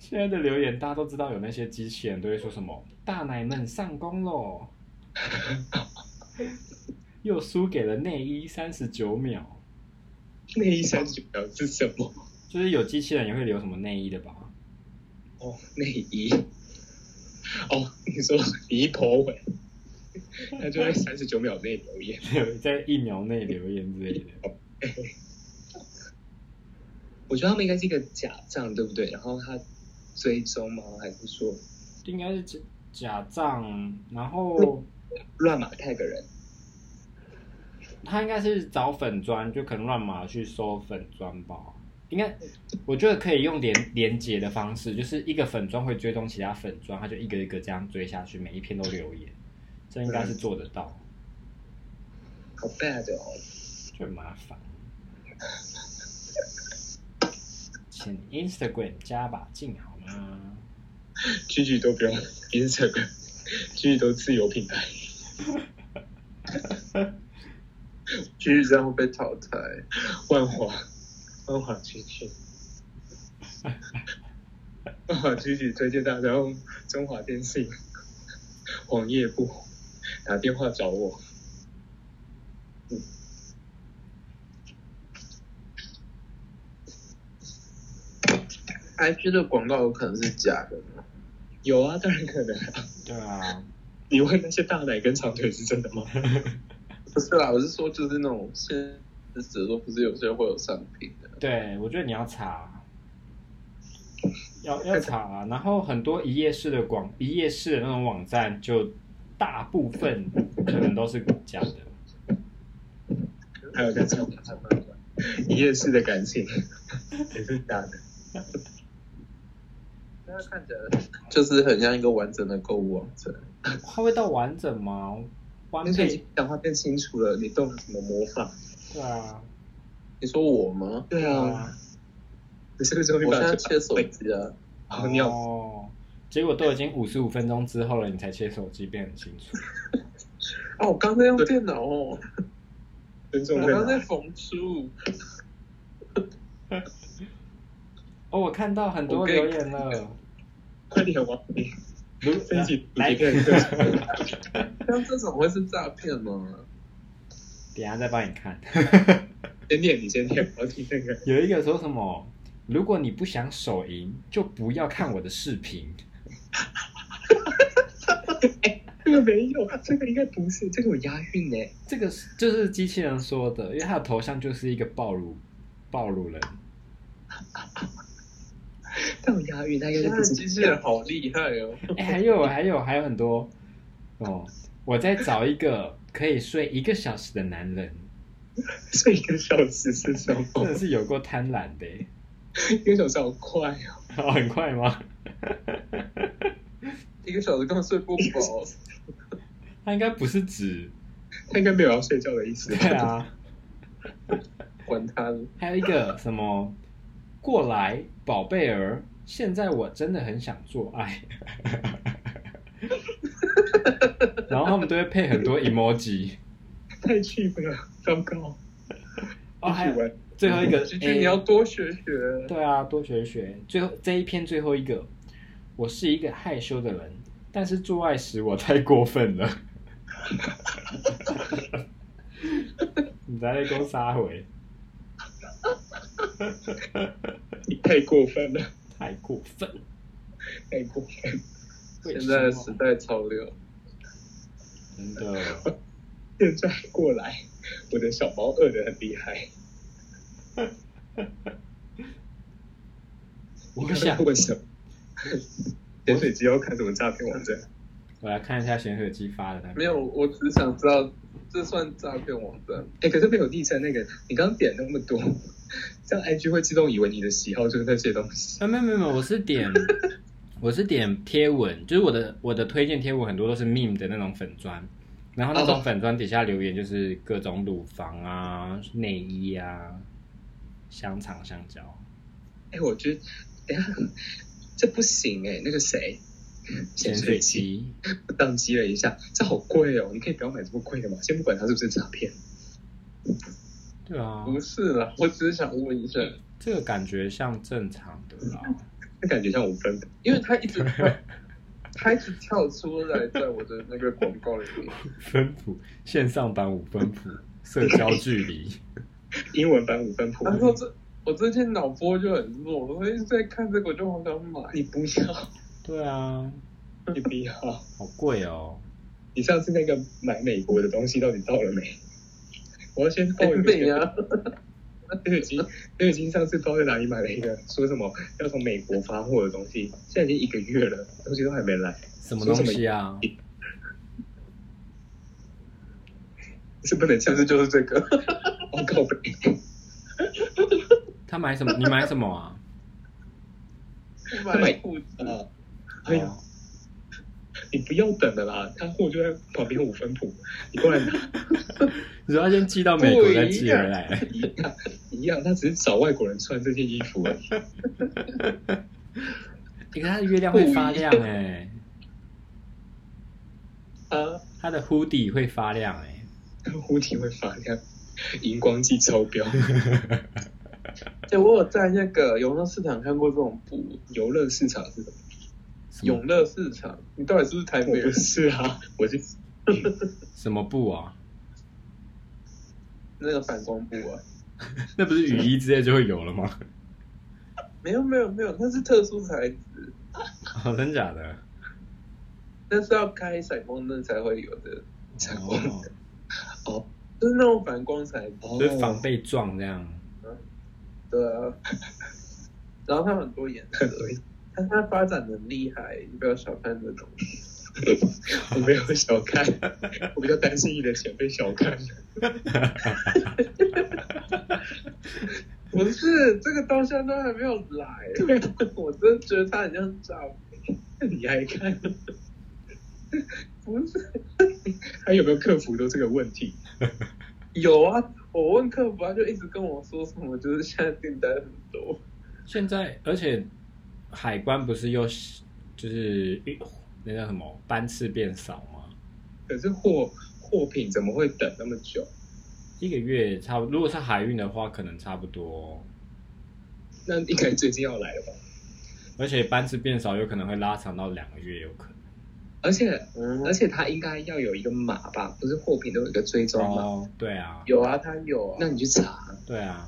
[SPEAKER 1] 现在的留言大家都知道，有那些机器人都会说什么“大奶们上工喽”， [laughs] 又输给了内衣三十九秒，
[SPEAKER 4] 内衣三十秒是什么？
[SPEAKER 1] 就是有机器人也会留什么内衣的吧？
[SPEAKER 4] 哦，内衣。哦，你说你一头尾，它就在三十九秒内留言。
[SPEAKER 1] [laughs] 在一秒内留言之类的。
[SPEAKER 4] 我觉得他们应该是一个假账，对不对？然后他追踪吗？还是说
[SPEAKER 1] 应该是假假账，然后
[SPEAKER 4] 乱码 tag 人？
[SPEAKER 1] 他应该是找粉砖，就可能乱码去搜粉砖吧。应该，我觉得可以用连连接的方式，就是一个粉砖会追踪其他粉砖，他就一个一个这样追下去，每一篇都留言，这应该是做得到，
[SPEAKER 4] 好 bad 哦！
[SPEAKER 1] 就很麻烦。请 Instagram 加把劲好吗？
[SPEAKER 4] 句句都不用 Instagram，句句都自由品牌。
[SPEAKER 2] 继续这样会被淘汰。
[SPEAKER 4] 万华，万华区区， [laughs] 万华区区推荐大家用中华电信网页部打电话找我。
[SPEAKER 2] IG 的广告有可能是假的吗？
[SPEAKER 4] 有啊，当然可能、啊。
[SPEAKER 1] 对啊，
[SPEAKER 4] 你问那些大奶跟长腿是真的吗？
[SPEAKER 2] 不是啦，我是说就是那种现实的说，不是有些会有商品的，
[SPEAKER 1] 对我觉得你要查，要要查啊。然后很多一页式的广一页式的那种网站，就大部分可能都是假的。
[SPEAKER 4] 还有感情，一夜式的感情也是假的。
[SPEAKER 2] 大家看起来就是很像一个完整的购物网站。
[SPEAKER 1] 它会到完整吗？完
[SPEAKER 4] 而且已经
[SPEAKER 1] 美？
[SPEAKER 4] 讲话变清楚了，你动了什么魔法？
[SPEAKER 1] 对啊，
[SPEAKER 2] 你说我吗？
[SPEAKER 4] 对
[SPEAKER 1] 对
[SPEAKER 4] 啊，
[SPEAKER 1] 啊。
[SPEAKER 4] 你是不是终于
[SPEAKER 2] 我
[SPEAKER 4] 把
[SPEAKER 2] 现在
[SPEAKER 4] 这
[SPEAKER 2] 切手机啊，
[SPEAKER 4] 哦，你有
[SPEAKER 1] 哦，结果都已经五十五分钟之后了，你才切手机，变很清楚。
[SPEAKER 2] 啊，我刚才用电脑哦，
[SPEAKER 4] 尊重
[SPEAKER 2] 我
[SPEAKER 4] 对
[SPEAKER 2] 刚在
[SPEAKER 4] 吗？
[SPEAKER 2] 缝书，
[SPEAKER 1] 哦，我看到很多
[SPEAKER 2] 我可以
[SPEAKER 1] 留言了。
[SPEAKER 4] 快点 [laughs] 王你
[SPEAKER 1] 如
[SPEAKER 4] 这一集主
[SPEAKER 1] 来
[SPEAKER 4] 题变成
[SPEAKER 2] 像这种会是诈骗吗？
[SPEAKER 1] 等一下再帮你看。 [laughs]
[SPEAKER 4] 先念你先念，我听那个
[SPEAKER 1] 有一个说什么？如果你不想手淫，就不要看我的视频。
[SPEAKER 4] [laughs] 这个没有，这个应该不是，这个有押韵呢。
[SPEAKER 1] 这个是就是机器人说的，因为他的头像就是一个暴乳暴乳 [laughs] 人。
[SPEAKER 4] 但有押韵，它应
[SPEAKER 2] 现
[SPEAKER 4] 该
[SPEAKER 2] 在的
[SPEAKER 4] 是不是
[SPEAKER 2] 啊
[SPEAKER 4] [laughs]
[SPEAKER 2] 机器人好厉害哦，
[SPEAKER 1] 哎，还有还有还有很多哦，我在找一个可以睡一个小时的男人，
[SPEAKER 4] 这一个小时是什么？
[SPEAKER 1] 真的是有够贪婪的耶，
[SPEAKER 4] 一个小时好快哦。
[SPEAKER 1] 哦很快吗？ [laughs]
[SPEAKER 2] 一个小时根本睡不饱。
[SPEAKER 1] 他应该不是指
[SPEAKER 4] 他应该没有要睡觉的意 [laughs] 思。
[SPEAKER 1] 对啊，
[SPEAKER 2] 管他的，
[SPEAKER 1] [laughs] 还有一个什么过来宝贝儿，现在我真的很想做 [laughs] 爱，然后他们都会配很多 emoji
[SPEAKER 4] 太 cheap 了，糟糕。哎
[SPEAKER 1] 哦，还有
[SPEAKER 4] 我
[SPEAKER 1] 最后一 [laughs] 个
[SPEAKER 2] 菊菊你要
[SPEAKER 1] A
[SPEAKER 2] 多学学。
[SPEAKER 1] 对啊，多学学。最后这一篇最后一个，我是一个害羞的人，但是做爱时我太过分 [laughs] 了。你在那勾撒回，
[SPEAKER 4] [laughs] 你太过分了，
[SPEAKER 1] 太过分。
[SPEAKER 4] 太过分了。
[SPEAKER 1] 为
[SPEAKER 2] 现
[SPEAKER 1] 什
[SPEAKER 2] 在的
[SPEAKER 1] 么
[SPEAKER 2] 时代潮流，
[SPEAKER 1] 真的， [laughs]
[SPEAKER 4] 现在过来，我的小猫饿得很厉害。
[SPEAKER 1] 我想
[SPEAKER 4] 为什么？潜水机要看什么诈骗网站？
[SPEAKER 1] 我来看一下咸水鸡发的那个
[SPEAKER 2] 没有，我只想知道这算诈骗网站吗。
[SPEAKER 4] 哎、可是没有地震那个，你刚刚点那么多，这样 IG 会自动以为你的喜好就是那些东西。
[SPEAKER 1] 啊，没有没有没有，我是点我是点贴文，就是我的我的推荐贴文很多都是 meme 的那种粉砖，然后那种
[SPEAKER 4] 哦
[SPEAKER 1] 粉砖底下留言就是各种乳房啊、内衣啊、香肠、香蕉。
[SPEAKER 4] 哎、我觉得，等一下这不行哎、那个谁，
[SPEAKER 1] 潜
[SPEAKER 4] 潜
[SPEAKER 1] 水
[SPEAKER 4] 水机
[SPEAKER 1] 机，
[SPEAKER 4] 我宕机了一下，这好贵哦，你可以不要买这么贵的吗？先不管它是不是诈骗，
[SPEAKER 1] 对啊，
[SPEAKER 2] 不是啦，我只是想问一下，
[SPEAKER 1] 这个感觉像正常的啦。
[SPEAKER 4] 那感觉像五分的。
[SPEAKER 2] 因为他一直跳，他一直跳出来，在我的那个广告里面，
[SPEAKER 1] 分谱线上版五分谱，社交距离。
[SPEAKER 4] 英文版五分谱。
[SPEAKER 2] 然后这我最近脑波就很弱，我一直在看这个，我就好想买。
[SPEAKER 4] 你不要，
[SPEAKER 1] 对啊，
[SPEAKER 4] 你不要。
[SPEAKER 1] 好贵哦。
[SPEAKER 4] 你上次那个买美国的东西到底到了没？我要先报一
[SPEAKER 2] 很
[SPEAKER 4] 个
[SPEAKER 2] 美啊，
[SPEAKER 4] 那个金，那个金上次不知道在哪里买了一个，说什么要从美国发货的东西，现在已经一个月了，东西都还没来，
[SPEAKER 1] 什么东西啊？
[SPEAKER 4] 是不能哦这
[SPEAKER 2] 其
[SPEAKER 4] 样
[SPEAKER 2] 实
[SPEAKER 4] 子
[SPEAKER 2] 就是这个。
[SPEAKER 4] 报
[SPEAKER 2] [laughs]
[SPEAKER 4] 告呗。
[SPEAKER 1] 他买什么？你买什么啊？
[SPEAKER 2] 我买裤子，
[SPEAKER 4] 啊，哎呀，
[SPEAKER 1] 哦
[SPEAKER 4] 你不要等了啦，他货就在旁边五分谱，你过来拿
[SPEAKER 1] 你说要先寄到美国再寄回来？
[SPEAKER 4] 一样一样，他只是找外国人穿这件衣服而已。
[SPEAKER 1] 你看它的月亮会发亮哎、
[SPEAKER 4] 啊，
[SPEAKER 1] 它的 hoodie 会发亮哎、 [laughs]
[SPEAKER 4] 蝴蝶会发亮，荧光剂超标。
[SPEAKER 2] 哎，我有在那个永乐市场看过这种布，
[SPEAKER 4] 游乐市场是什么？
[SPEAKER 1] 什么
[SPEAKER 2] 永乐市场，你到底是不是台北
[SPEAKER 4] 我不
[SPEAKER 2] 人？
[SPEAKER 4] 是啊，我是
[SPEAKER 1] 什么布啊？
[SPEAKER 2] 那个反光布啊？
[SPEAKER 1] [laughs] 那不是雨衣之类就会有了吗？
[SPEAKER 2] 没有没有没有，那是特殊材质，
[SPEAKER 1] [laughs] 哦，真假的？
[SPEAKER 2] 那是要开闪光灯才会有的，
[SPEAKER 1] 哦，
[SPEAKER 2] 就是那种反光材质。
[SPEAKER 1] 就是防被撞这样。 [laughs]
[SPEAKER 2] 对啊，然后它有很多颜色，它但他发展很厉害，你不要小看这种。
[SPEAKER 4] 哦我没有小看，我比较担心你的钱被小看。
[SPEAKER 2] 不是，这个到现在都还没有来，我真的觉得他很像诈骗。
[SPEAKER 4] 你还看， [laughs]
[SPEAKER 2] 不是，
[SPEAKER 4] 还有没有克服到这个问题？
[SPEAKER 2] 有啊，我问客服，他就一直跟我说什么，就是现在订单很多。
[SPEAKER 1] 现在而且海关不是又就是那叫什么班次变少吗？
[SPEAKER 4] 可是货货品怎么会等那么久？
[SPEAKER 1] 一个月差不，如果是海运的话，可能差不多。
[SPEAKER 4] 那应该最近要来了吧？
[SPEAKER 1] 而且班次变少，有可能会拉长到两个月，有可能。
[SPEAKER 4] 而且而且它应该要有一个码吧？不是货品都有一个追踪吗？
[SPEAKER 1] 哦，对啊，
[SPEAKER 2] 有啊，他有啊。
[SPEAKER 4] 那你去查，
[SPEAKER 1] 对啊，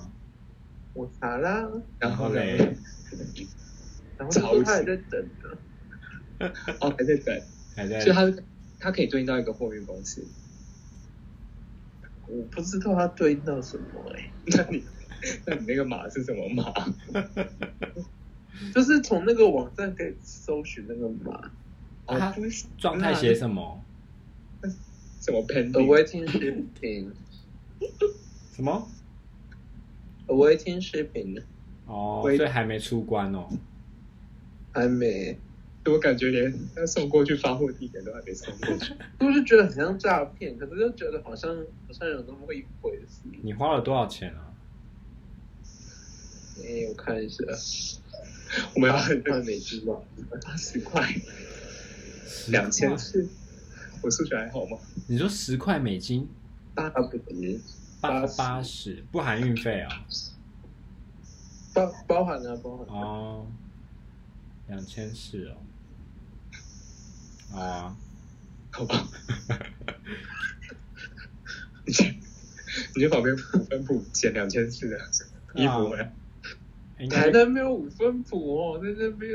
[SPEAKER 2] 我查啦，
[SPEAKER 4] 然后呢？
[SPEAKER 1] 嘞，
[SPEAKER 2] 然后他说他也在等呢。
[SPEAKER 4] 哦，还在等，
[SPEAKER 1] 还在
[SPEAKER 4] 所以它它可以对应到一个货运公司。
[SPEAKER 2] 我不知道他对应到什么哎、
[SPEAKER 4] 那你那你那个码是什么码？
[SPEAKER 2] 就是从那个网站可以搜寻那个码。
[SPEAKER 1] 啊他
[SPEAKER 4] 不哦是
[SPEAKER 1] 状态写什么？
[SPEAKER 4] 什么 pending？
[SPEAKER 2] Awaiting shipping,
[SPEAKER 1] 什么？
[SPEAKER 2] awaiting shipping，
[SPEAKER 1] 哦，
[SPEAKER 2] 喂
[SPEAKER 1] 所以还没出关哦。
[SPEAKER 2] 还没，
[SPEAKER 4] 我感觉连要送过去发货地点都还没送过去。
[SPEAKER 2] 就是觉得很像诈骗，可是又觉得好像好像有那么一回事。
[SPEAKER 1] 你花了多少钱啊？
[SPEAKER 2] 哎、我看一下，[laughs]
[SPEAKER 4] 我们要很
[SPEAKER 2] 看美金吧，
[SPEAKER 4] 八十块，
[SPEAKER 1] 十
[SPEAKER 4] 两千
[SPEAKER 1] 块
[SPEAKER 4] 四。我数学还好吗？
[SPEAKER 1] 你说十块美金，
[SPEAKER 2] 大不止，
[SPEAKER 1] 八
[SPEAKER 2] 八十
[SPEAKER 1] 八十不含运费啊？
[SPEAKER 2] 包包含啊，包含啊。
[SPEAKER 1] 哦，两千四哦。好啊， [laughs]
[SPEAKER 4] 好吧，你去你去旁边分部捡两千四的衣服回来。
[SPEAKER 1] 应
[SPEAKER 2] 台
[SPEAKER 1] 该
[SPEAKER 2] 南没有五分谱哦，在那边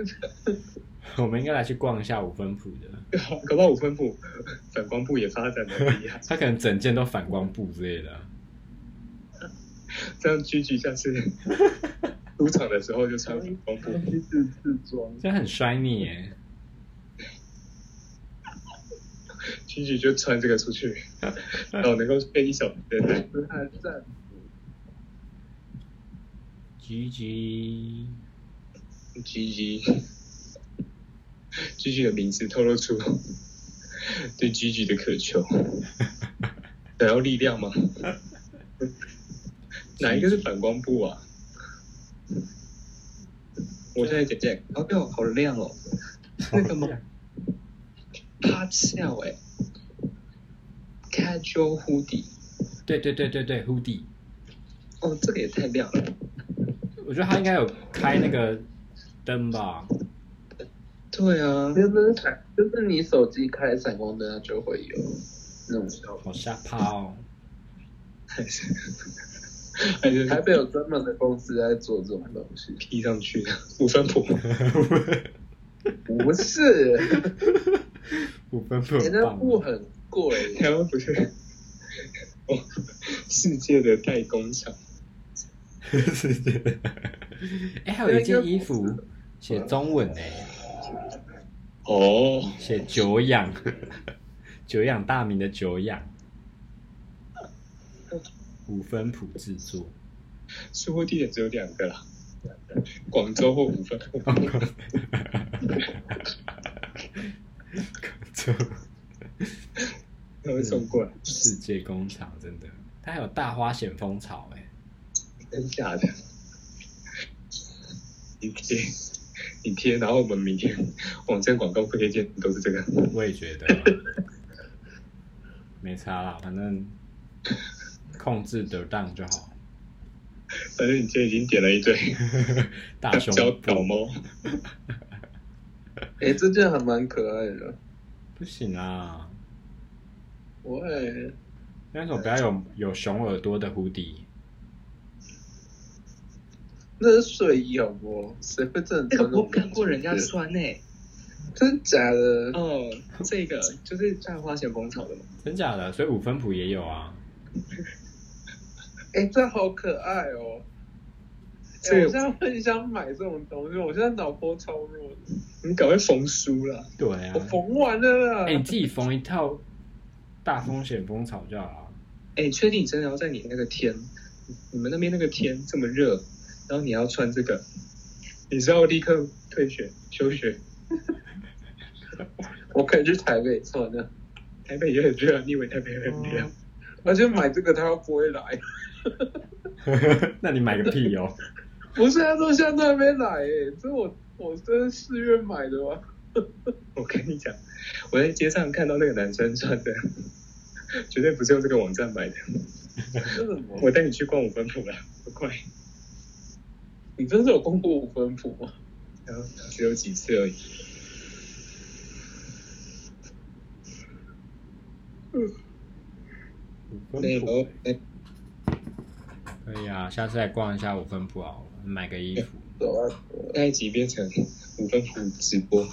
[SPEAKER 1] 我们应该来去逛一下五分铺的，，
[SPEAKER 4] [laughs] 搞不好五分部、反光部也发展的厉害
[SPEAKER 1] 它可能整件都反光布之类的啊。
[SPEAKER 4] 这样居居像是出场的时候就穿反光布。
[SPEAKER 2] 去自自装。
[SPEAKER 1] 这很衰你耶，
[SPEAKER 4] 居居就穿这个出去，
[SPEAKER 1] 嗯 [laughs]
[SPEAKER 4] 然后能够变一小时。
[SPEAKER 2] 是还在，
[SPEAKER 1] 吉吉，
[SPEAKER 4] 居居，居居的名字透露出对居居的渴求，想要力量
[SPEAKER 2] [laughs]
[SPEAKER 4] 吗？哪一个是反光布啊？我现在姐姐，哦哟，好亮哦，那个吗？趴翘哎，casual hoodie，
[SPEAKER 1] [laughs] 对对对对对，hoodie，
[SPEAKER 4] 哦，这个也太亮了，
[SPEAKER 1] 我觉得他应该有开那个灯吧，
[SPEAKER 4] 对啊，
[SPEAKER 2] 就是闪，就是你手机开闪光灯，它就会有那种效果。
[SPEAKER 1] 好吓怕哦。
[SPEAKER 4] 还是 [laughs] 还是
[SPEAKER 2] 台北有专门的公司在做这种东西，
[SPEAKER 4] 披上去的五分布。
[SPEAKER 2] 不是，
[SPEAKER 1] 五分铺
[SPEAKER 2] 人
[SPEAKER 1] 很
[SPEAKER 2] 家
[SPEAKER 1] 棒
[SPEAKER 2] 布
[SPEAKER 1] 哦，
[SPEAKER 2] 很
[SPEAKER 4] [laughs]
[SPEAKER 2] 贵，
[SPEAKER 4] 台湾不是哦，世界的代工厂，
[SPEAKER 1] 是的。 [laughs] 哎，还有一件衣服写中文呢，
[SPEAKER 4] 哦，
[SPEAKER 1] 写久仰， [laughs] 久仰大名的久仰，五分铺制作。 [laughs]
[SPEAKER 4] 出货地点只有两个啦，广州或五分埔。
[SPEAKER 1] 这
[SPEAKER 4] 他会送过来，
[SPEAKER 1] 世界工厂真的，它还有大花显风草哎、
[SPEAKER 4] 真假的？你贴，你贴，然后我们明天网站广告推荐都是这个。
[SPEAKER 1] 我也觉得，
[SPEAKER 2] [laughs]
[SPEAKER 1] 没差啦，反正控制得当就
[SPEAKER 2] [laughs]
[SPEAKER 1] 好。
[SPEAKER 4] 反正你今天已经点了一堆
[SPEAKER 1] 大
[SPEAKER 4] [laughs] 香
[SPEAKER 1] 胸
[SPEAKER 4] 蕉
[SPEAKER 1] 部
[SPEAKER 4] 搞
[SPEAKER 2] [laughs]
[SPEAKER 4] 猫，
[SPEAKER 2] 哎、这件还蛮可爱的。
[SPEAKER 1] 不行啊，
[SPEAKER 2] 我也
[SPEAKER 1] 那种不要有有熊耳朵的蝴蝶，
[SPEAKER 2] 那是睡衣好不好？谁会真的穿那种？
[SPEAKER 4] 穿
[SPEAKER 2] 欸
[SPEAKER 4] 呢、
[SPEAKER 2] 真假的？
[SPEAKER 4] 哦，这个就是在花钱工厂的嘛。
[SPEAKER 1] 真假的？所以五分谱也有啊，
[SPEAKER 2] 哎、这好可爱哦！
[SPEAKER 4] 所以
[SPEAKER 2] 我现在很想买这种东西，我现在脑波超弱，
[SPEAKER 4] 你赶快缝书啦，
[SPEAKER 1] 对啊
[SPEAKER 2] 我，缝完了啦。
[SPEAKER 1] 哎、你自己缝一套大风险蜂巢就好了。
[SPEAKER 4] 哎、确定你真的要在你那个天，你们那边那个天这么热，然后你要穿这个，你是要立刻退学休学？
[SPEAKER 2] 我可以去台北穿的，
[SPEAKER 4] 台北也很热，你以为台北很热？
[SPEAKER 2] 嗯
[SPEAKER 1] 哦
[SPEAKER 2] 而且买这个他又不会来，
[SPEAKER 1] [laughs] 那你买个屁
[SPEAKER 2] [laughs]
[SPEAKER 1] 哦！
[SPEAKER 2] 我现在啊都现在还没来、哎，这我我这是四月买的吗？ [laughs]
[SPEAKER 4] 我跟你讲，我在街上看到那个男生穿的，绝对不是用这个网站买的。
[SPEAKER 2] 这什么？
[SPEAKER 4] 我带你去逛五分埔了，快！
[SPEAKER 2] 你真是有公布五分谱吗？
[SPEAKER 4] 然后只有几次而已。
[SPEAKER 1] 五分铺可以啊，下次来逛一下五分铺好了，买个
[SPEAKER 2] [laughs]
[SPEAKER 1] 衣服。
[SPEAKER 2] 走啊，
[SPEAKER 4] 那一集变成五分埔直播，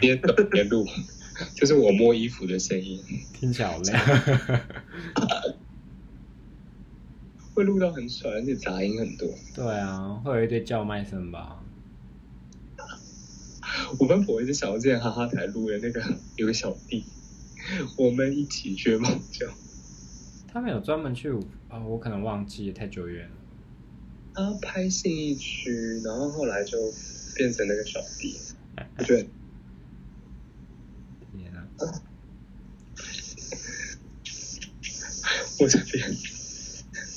[SPEAKER 4] 边走边录， [laughs] 就是我摸衣服的声音，
[SPEAKER 1] 听起来好累。 [laughs]
[SPEAKER 4] 会录到很爽，而且杂音很多。
[SPEAKER 1] 对啊，会有一堆叫卖声吧？
[SPEAKER 4] 五分埔一直想要之前哈哈台录的那个有个小弟，我们一起学猫叫
[SPEAKER 1] 他们有专门去五啊、我可能忘记太久远了。
[SPEAKER 4] 他拍信义区，然后后来就变成那个小弟，我觉得
[SPEAKER 1] 天啊，
[SPEAKER 4] 我这边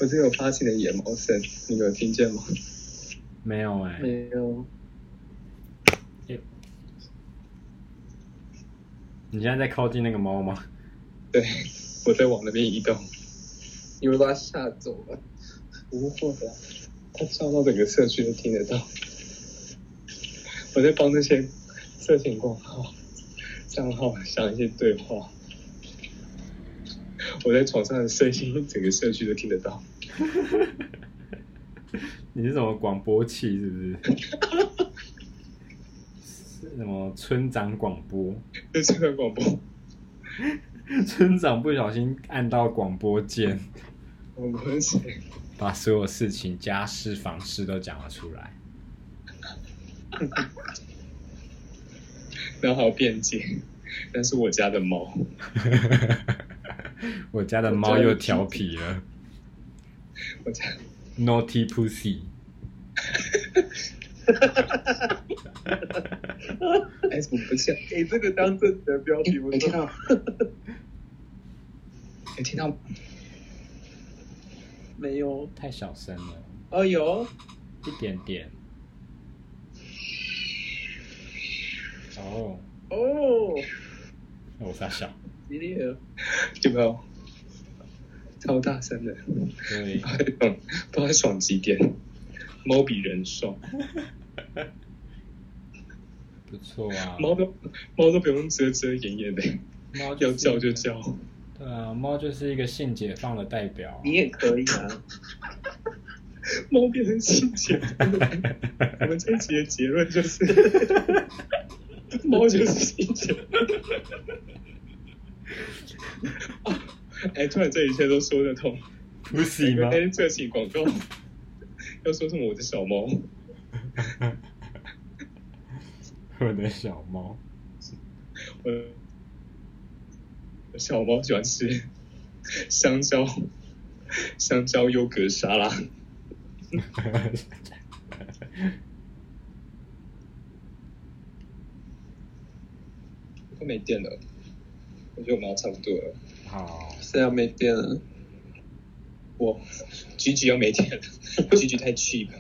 [SPEAKER 4] 我这边有发情的野猫声，你有听见吗？
[SPEAKER 1] 没有哎、
[SPEAKER 2] 没有，
[SPEAKER 1] 你现在在靠近那个猫吗？ [laughs]
[SPEAKER 4] 对，我在往那边移动，
[SPEAKER 2] 你们把他吓走啊了。
[SPEAKER 4] 不会的，它叫到整个社区都听得到。我在帮那些色情广告账号想一些对话，我在床上的声音整个社区都听得到。
[SPEAKER 1] 你是什么广播器是不 [laughs] 是？是什么村长广播？ [laughs]
[SPEAKER 4] 就这个广播，
[SPEAKER 1] 村长不小心按到广播键，
[SPEAKER 4] 我们是
[SPEAKER 1] 把所有事情、家事、房事都讲了出来。 [laughs]
[SPEAKER 4] 然后还有辩解，但是我家的猫，
[SPEAKER 1] 我家的猫又调皮了
[SPEAKER 4] 我家
[SPEAKER 1] ，naughty pussy。
[SPEAKER 4] 哎怎么不见？
[SPEAKER 2] 哎、这个当正的标题不
[SPEAKER 4] 没听
[SPEAKER 2] 错。
[SPEAKER 4] 到？没听到？
[SPEAKER 2] 没有，
[SPEAKER 1] 太小声了，
[SPEAKER 2] 哦有，
[SPEAKER 1] 一点点。哦，
[SPEAKER 2] 哦，
[SPEAKER 1] 我傻笑。
[SPEAKER 2] 激烈了，
[SPEAKER 4] 有没有？超大声的，
[SPEAKER 1] 对，
[SPEAKER 4] 嗯，不知道爽几点，猫比人爽，
[SPEAKER 1] 不错啊。
[SPEAKER 4] 猫都猫都不用遮遮掩掩的，
[SPEAKER 1] 猫
[SPEAKER 4] 要
[SPEAKER 1] 就是
[SPEAKER 4] 叫就叫。 [laughs]
[SPEAKER 1] 对啊，猫就是一个性解放的代表。 [laughs]
[SPEAKER 2] 你也可以啊。
[SPEAKER 4] 猫变成性解放了，我们这一集的结论就是，猫就是性解放。啊哎，突然这一切都说得通。
[SPEAKER 1] pussy
[SPEAKER 4] 那天这期广告要说什么？我的小猫，
[SPEAKER 1] 我的小猫， [laughs]
[SPEAKER 4] 我小猫喜欢吃香蕉，香蕉优格沙拉。都没电了，我觉得我们要差不多了。
[SPEAKER 1] 好，
[SPEAKER 2] 现在没电了，
[SPEAKER 4] 我 G G 要没电了，G G 太 cheap 了。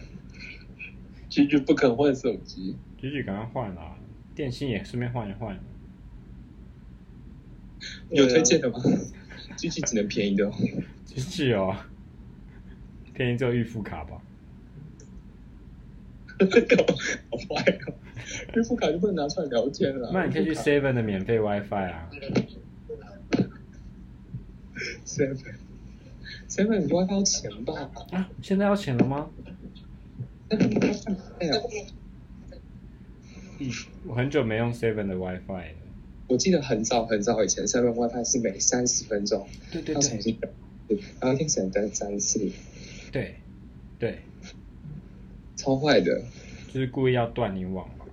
[SPEAKER 2] 居居不肯换手 [laughs] 机，
[SPEAKER 1] 菊菊赶快换啦，电信也顺便换一换。啊
[SPEAKER 4] 有推荐的吗？G G 只能便宜的哦。 [laughs]
[SPEAKER 1] 菊菊哦，便宜只有预付卡吧？
[SPEAKER 4] 好坏哦！预付卡就不能拿出来聊天了。
[SPEAKER 1] 那你可以去 Seven 的免费 WiFi 啊。
[SPEAKER 4] seven seven，你 WiFi 要钱吧？
[SPEAKER 1] 啊，现在要钱了吗？
[SPEAKER 4] 哎呀，
[SPEAKER 1] 我很久没用 Seven 的 WiFi 了。
[SPEAKER 4] 我记得很早很早以前，seven WiFi 是每三十分钟
[SPEAKER 1] 对对
[SPEAKER 4] 要重新登，然后一天只能登三次。
[SPEAKER 1] 对对，
[SPEAKER 4] 超坏的。
[SPEAKER 1] 就是故意要断你网嘛。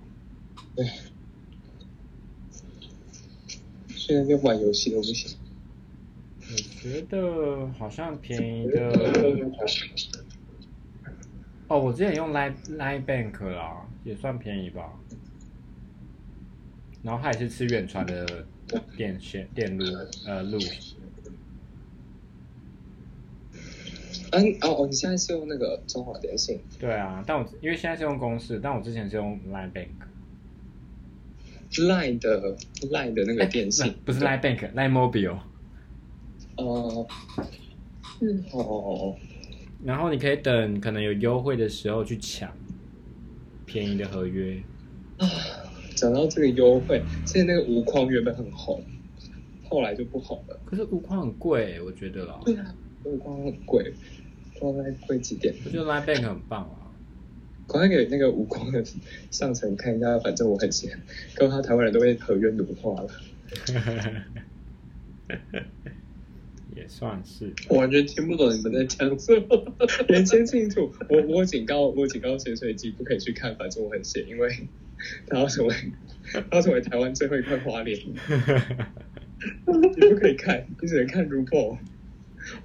[SPEAKER 4] 现在连玩游戏都不行。
[SPEAKER 1] 我觉得好像便宜的哦，我之前用 Line Line Bank 啦，也算便宜吧。然后它也是吃远传的电线电路呃路，
[SPEAKER 4] 嗯、哦哦，你现在是用那个中华电信？
[SPEAKER 1] 对啊，但我因为现在是用公式，但我之前是用 Line Bank，
[SPEAKER 4] Line 的 Line 的那
[SPEAKER 2] 哎
[SPEAKER 4] 个电信，
[SPEAKER 1] 不是 Line Bank，Line Mobile。
[SPEAKER 4] 哦，嗯哦，
[SPEAKER 1] 然后你可以等可能有优惠的时候去抢便宜的合约。
[SPEAKER 4] 讲到这个优惠，其实那个无框原本很红，后来就不红了。
[SPEAKER 1] 可是无框很贵，我觉得啦，
[SPEAKER 4] 对啊，无框很贵，不知道在贵几点。
[SPEAKER 1] 我觉得 Line Bank 很棒啊。
[SPEAKER 4] 赶快给那个无框的上层看一下，反正我很闲，跟他台湾人都被合约奴化了，
[SPEAKER 1] [laughs] 也算 [laughs] 是。
[SPEAKER 2] 我完全听不懂你们在讲什 [laughs] 么。
[SPEAKER 4] 人间净土。我我警告我警告潜水机不可以去看，反正我很闲，因为 [laughs] 他要成为他要成为台湾最后一块花脸。你不可以看，你只能看 r u p a u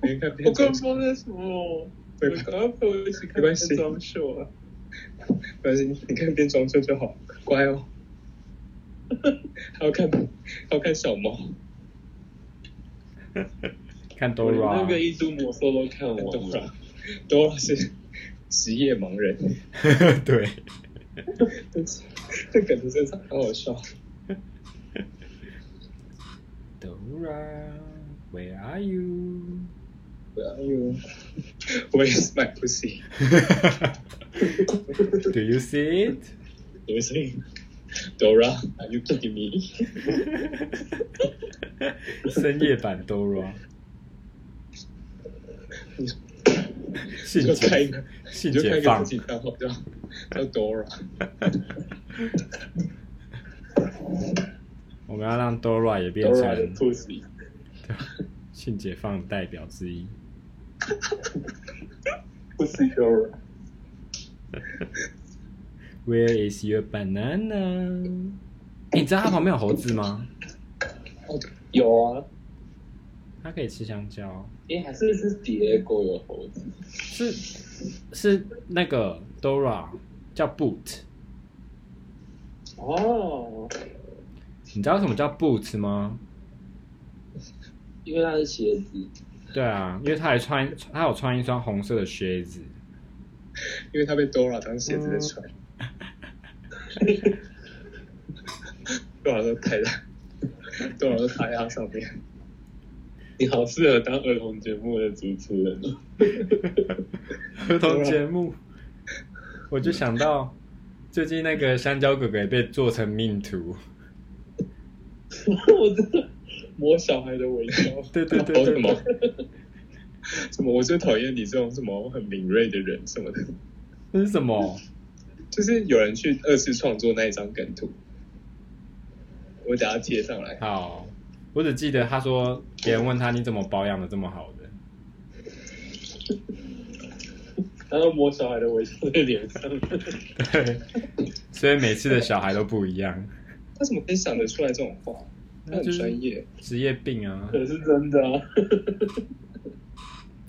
[SPEAKER 4] 你能看变
[SPEAKER 2] 我根本
[SPEAKER 4] 装
[SPEAKER 2] 不知道那是什么，我
[SPEAKER 4] 对
[SPEAKER 2] 刚刚陪我一起 [laughs] 看
[SPEAKER 4] 没关系
[SPEAKER 2] 变装秀啊。
[SPEAKER 4] 没关系，你看变装秀就好，乖哦。还要看，还要看小猫，
[SPEAKER 1] 看
[SPEAKER 2] 我连那个
[SPEAKER 1] Dora，
[SPEAKER 2] 一株魔兽都看
[SPEAKER 4] 很
[SPEAKER 2] 完
[SPEAKER 4] 多
[SPEAKER 2] 了
[SPEAKER 4] 啦，，多啦是职业盲人，
[SPEAKER 1] [laughs] 对，
[SPEAKER 4] 这梗子真是好好笑。
[SPEAKER 1] Dora，Where are you？
[SPEAKER 4] 哎呦，Where's my pussy？
[SPEAKER 1] [laughs] Do you see it？ [laughs]
[SPEAKER 4] 有谁？Dora，Are you kidding me？
[SPEAKER 1] 深夜版 Dora，
[SPEAKER 4] 你
[SPEAKER 1] 性
[SPEAKER 4] 就开一
[SPEAKER 1] 解
[SPEAKER 4] 个，
[SPEAKER 1] 性
[SPEAKER 4] 你就开
[SPEAKER 1] 解
[SPEAKER 4] 一个
[SPEAKER 1] 放
[SPEAKER 4] 自，己账号叫叫 Dora。
[SPEAKER 1] [laughs] 我们要让 Dora 也变
[SPEAKER 4] Dora 的
[SPEAKER 1] 成
[SPEAKER 4] pussy，
[SPEAKER 1] 性解放代表之一。
[SPEAKER 4] 不是 Dora。
[SPEAKER 1] Where is your banana？欸你知道它旁边有猴子吗？
[SPEAKER 2] 有啊，
[SPEAKER 1] 它可以吃香蕉，
[SPEAKER 2] 诶，还是是蝶狗有猴子，
[SPEAKER 1] 是是那个 Dora 叫 Boot，
[SPEAKER 2] 哦，
[SPEAKER 1] 你知道为什么叫 Boot 吗？
[SPEAKER 2] 因为它是鞋子，
[SPEAKER 1] 对啊，因为他还穿，他有穿一双红色的靴子。
[SPEAKER 4] 因为他被 Dora 当鞋子在穿。Dora 都踩在，Dora 都踩在他上面。
[SPEAKER 2] 你好适合当儿童节目的主持人哦。
[SPEAKER 1] [laughs] 儿童节目，我就想到最近那个香蕉哥哥也被做成命图。
[SPEAKER 2] [laughs] 我真的摸小孩的尾梢，
[SPEAKER 1] 对对对
[SPEAKER 4] 搞哦什
[SPEAKER 1] 对
[SPEAKER 4] 么？ [laughs] 什么？我最讨厌你这种什么很敏锐的人什么的。
[SPEAKER 1] 那是什么？
[SPEAKER 4] 就是有人去二次创作那一张梗图，我等下贴上来。
[SPEAKER 1] 好，我只记得他说别人问他你怎么保养的这么好的，
[SPEAKER 2] 然后摸小孩的尾梢在脸上，
[SPEAKER 1] 对，所以每次的小孩都不一样，
[SPEAKER 4] 他怎么可以想得出来这种话？他
[SPEAKER 1] 那
[SPEAKER 4] 很
[SPEAKER 1] 就是
[SPEAKER 4] 专业。
[SPEAKER 1] 职业病
[SPEAKER 2] [laughs]
[SPEAKER 1] 啊。
[SPEAKER 2] 可是真的啊。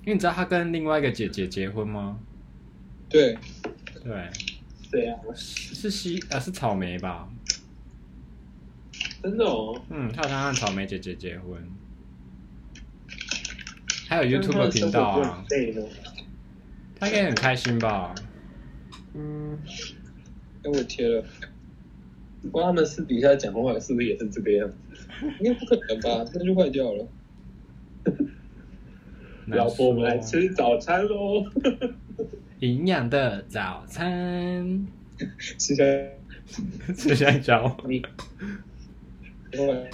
[SPEAKER 1] 因为你知道他跟另外一个姐姐结婚吗？
[SPEAKER 4] 对，
[SPEAKER 1] 对，
[SPEAKER 2] 对啊，
[SPEAKER 1] 是西啊是草莓吧？
[SPEAKER 2] 真的哦。
[SPEAKER 1] 嗯，他好像和草莓姐姐结婚，还有
[SPEAKER 2] 但嗯是
[SPEAKER 1] YouTube
[SPEAKER 2] 他的生
[SPEAKER 1] 频
[SPEAKER 2] 活
[SPEAKER 1] 道
[SPEAKER 2] 不会
[SPEAKER 1] 啊
[SPEAKER 2] 很，累呢。
[SPEAKER 1] 他应该很开心吧？嗯，
[SPEAKER 4] 那我贴了，
[SPEAKER 2] 不过他们私底下讲话是不是也是这个样子？
[SPEAKER 4] 应该不可能吧？那就坏掉了。
[SPEAKER 2] 老
[SPEAKER 1] 啊
[SPEAKER 2] 婆，我们来吃早餐哦
[SPEAKER 1] [laughs]
[SPEAKER 2] 喽！
[SPEAKER 1] 营养的早餐，
[SPEAKER 4] 接下来
[SPEAKER 1] [laughs] 吃香蕉。
[SPEAKER 2] 你
[SPEAKER 4] 我来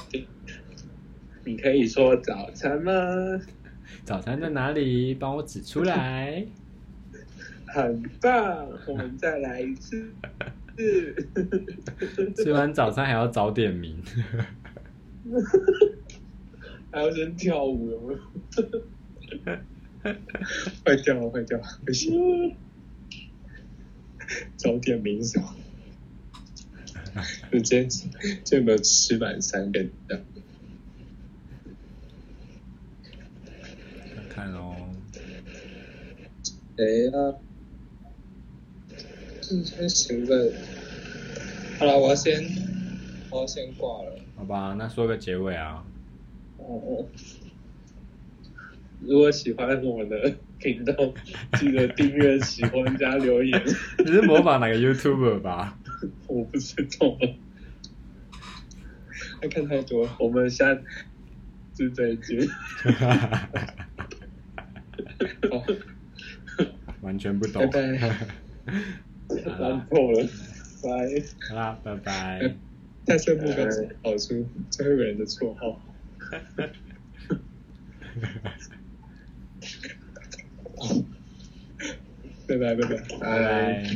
[SPEAKER 2] 你可以说早餐吗？
[SPEAKER 1] 早餐在哪里？帮我指出来。
[SPEAKER 4] [laughs]
[SPEAKER 2] 很棒，我们再来一次。 [laughs] 是，
[SPEAKER 1] 吃完早餐还要早点名， [laughs]
[SPEAKER 2] 还要先跳舞有没
[SPEAKER 4] [laughs]
[SPEAKER 2] 有？
[SPEAKER 4] 坏掉了，坏掉了，不行。早点名什么？就今天今天有没有吃晚餐跟的？
[SPEAKER 1] 看哦，
[SPEAKER 4] 哎呀，今天行奋。好了，我要先我要先挂了。
[SPEAKER 1] 好吧，那说个结尾啊。
[SPEAKER 4] 哦，如果喜欢我们的频道，记得订阅、喜欢加留言。
[SPEAKER 1] 你是模仿哪个 YouTuber 吧？ [laughs]
[SPEAKER 4] 我不知道，他看太多。我们下次再见。好，
[SPEAKER 1] 完全不懂。
[SPEAKER 4] 拜拜
[SPEAKER 1] 好
[SPEAKER 4] 烂
[SPEAKER 1] 啦，
[SPEAKER 4] 透了，拜。
[SPEAKER 1] 好啦，拜拜。
[SPEAKER 4] 太羡慕刚才跑出最后一个人的绰号。拜拜拜拜
[SPEAKER 1] 拜拜。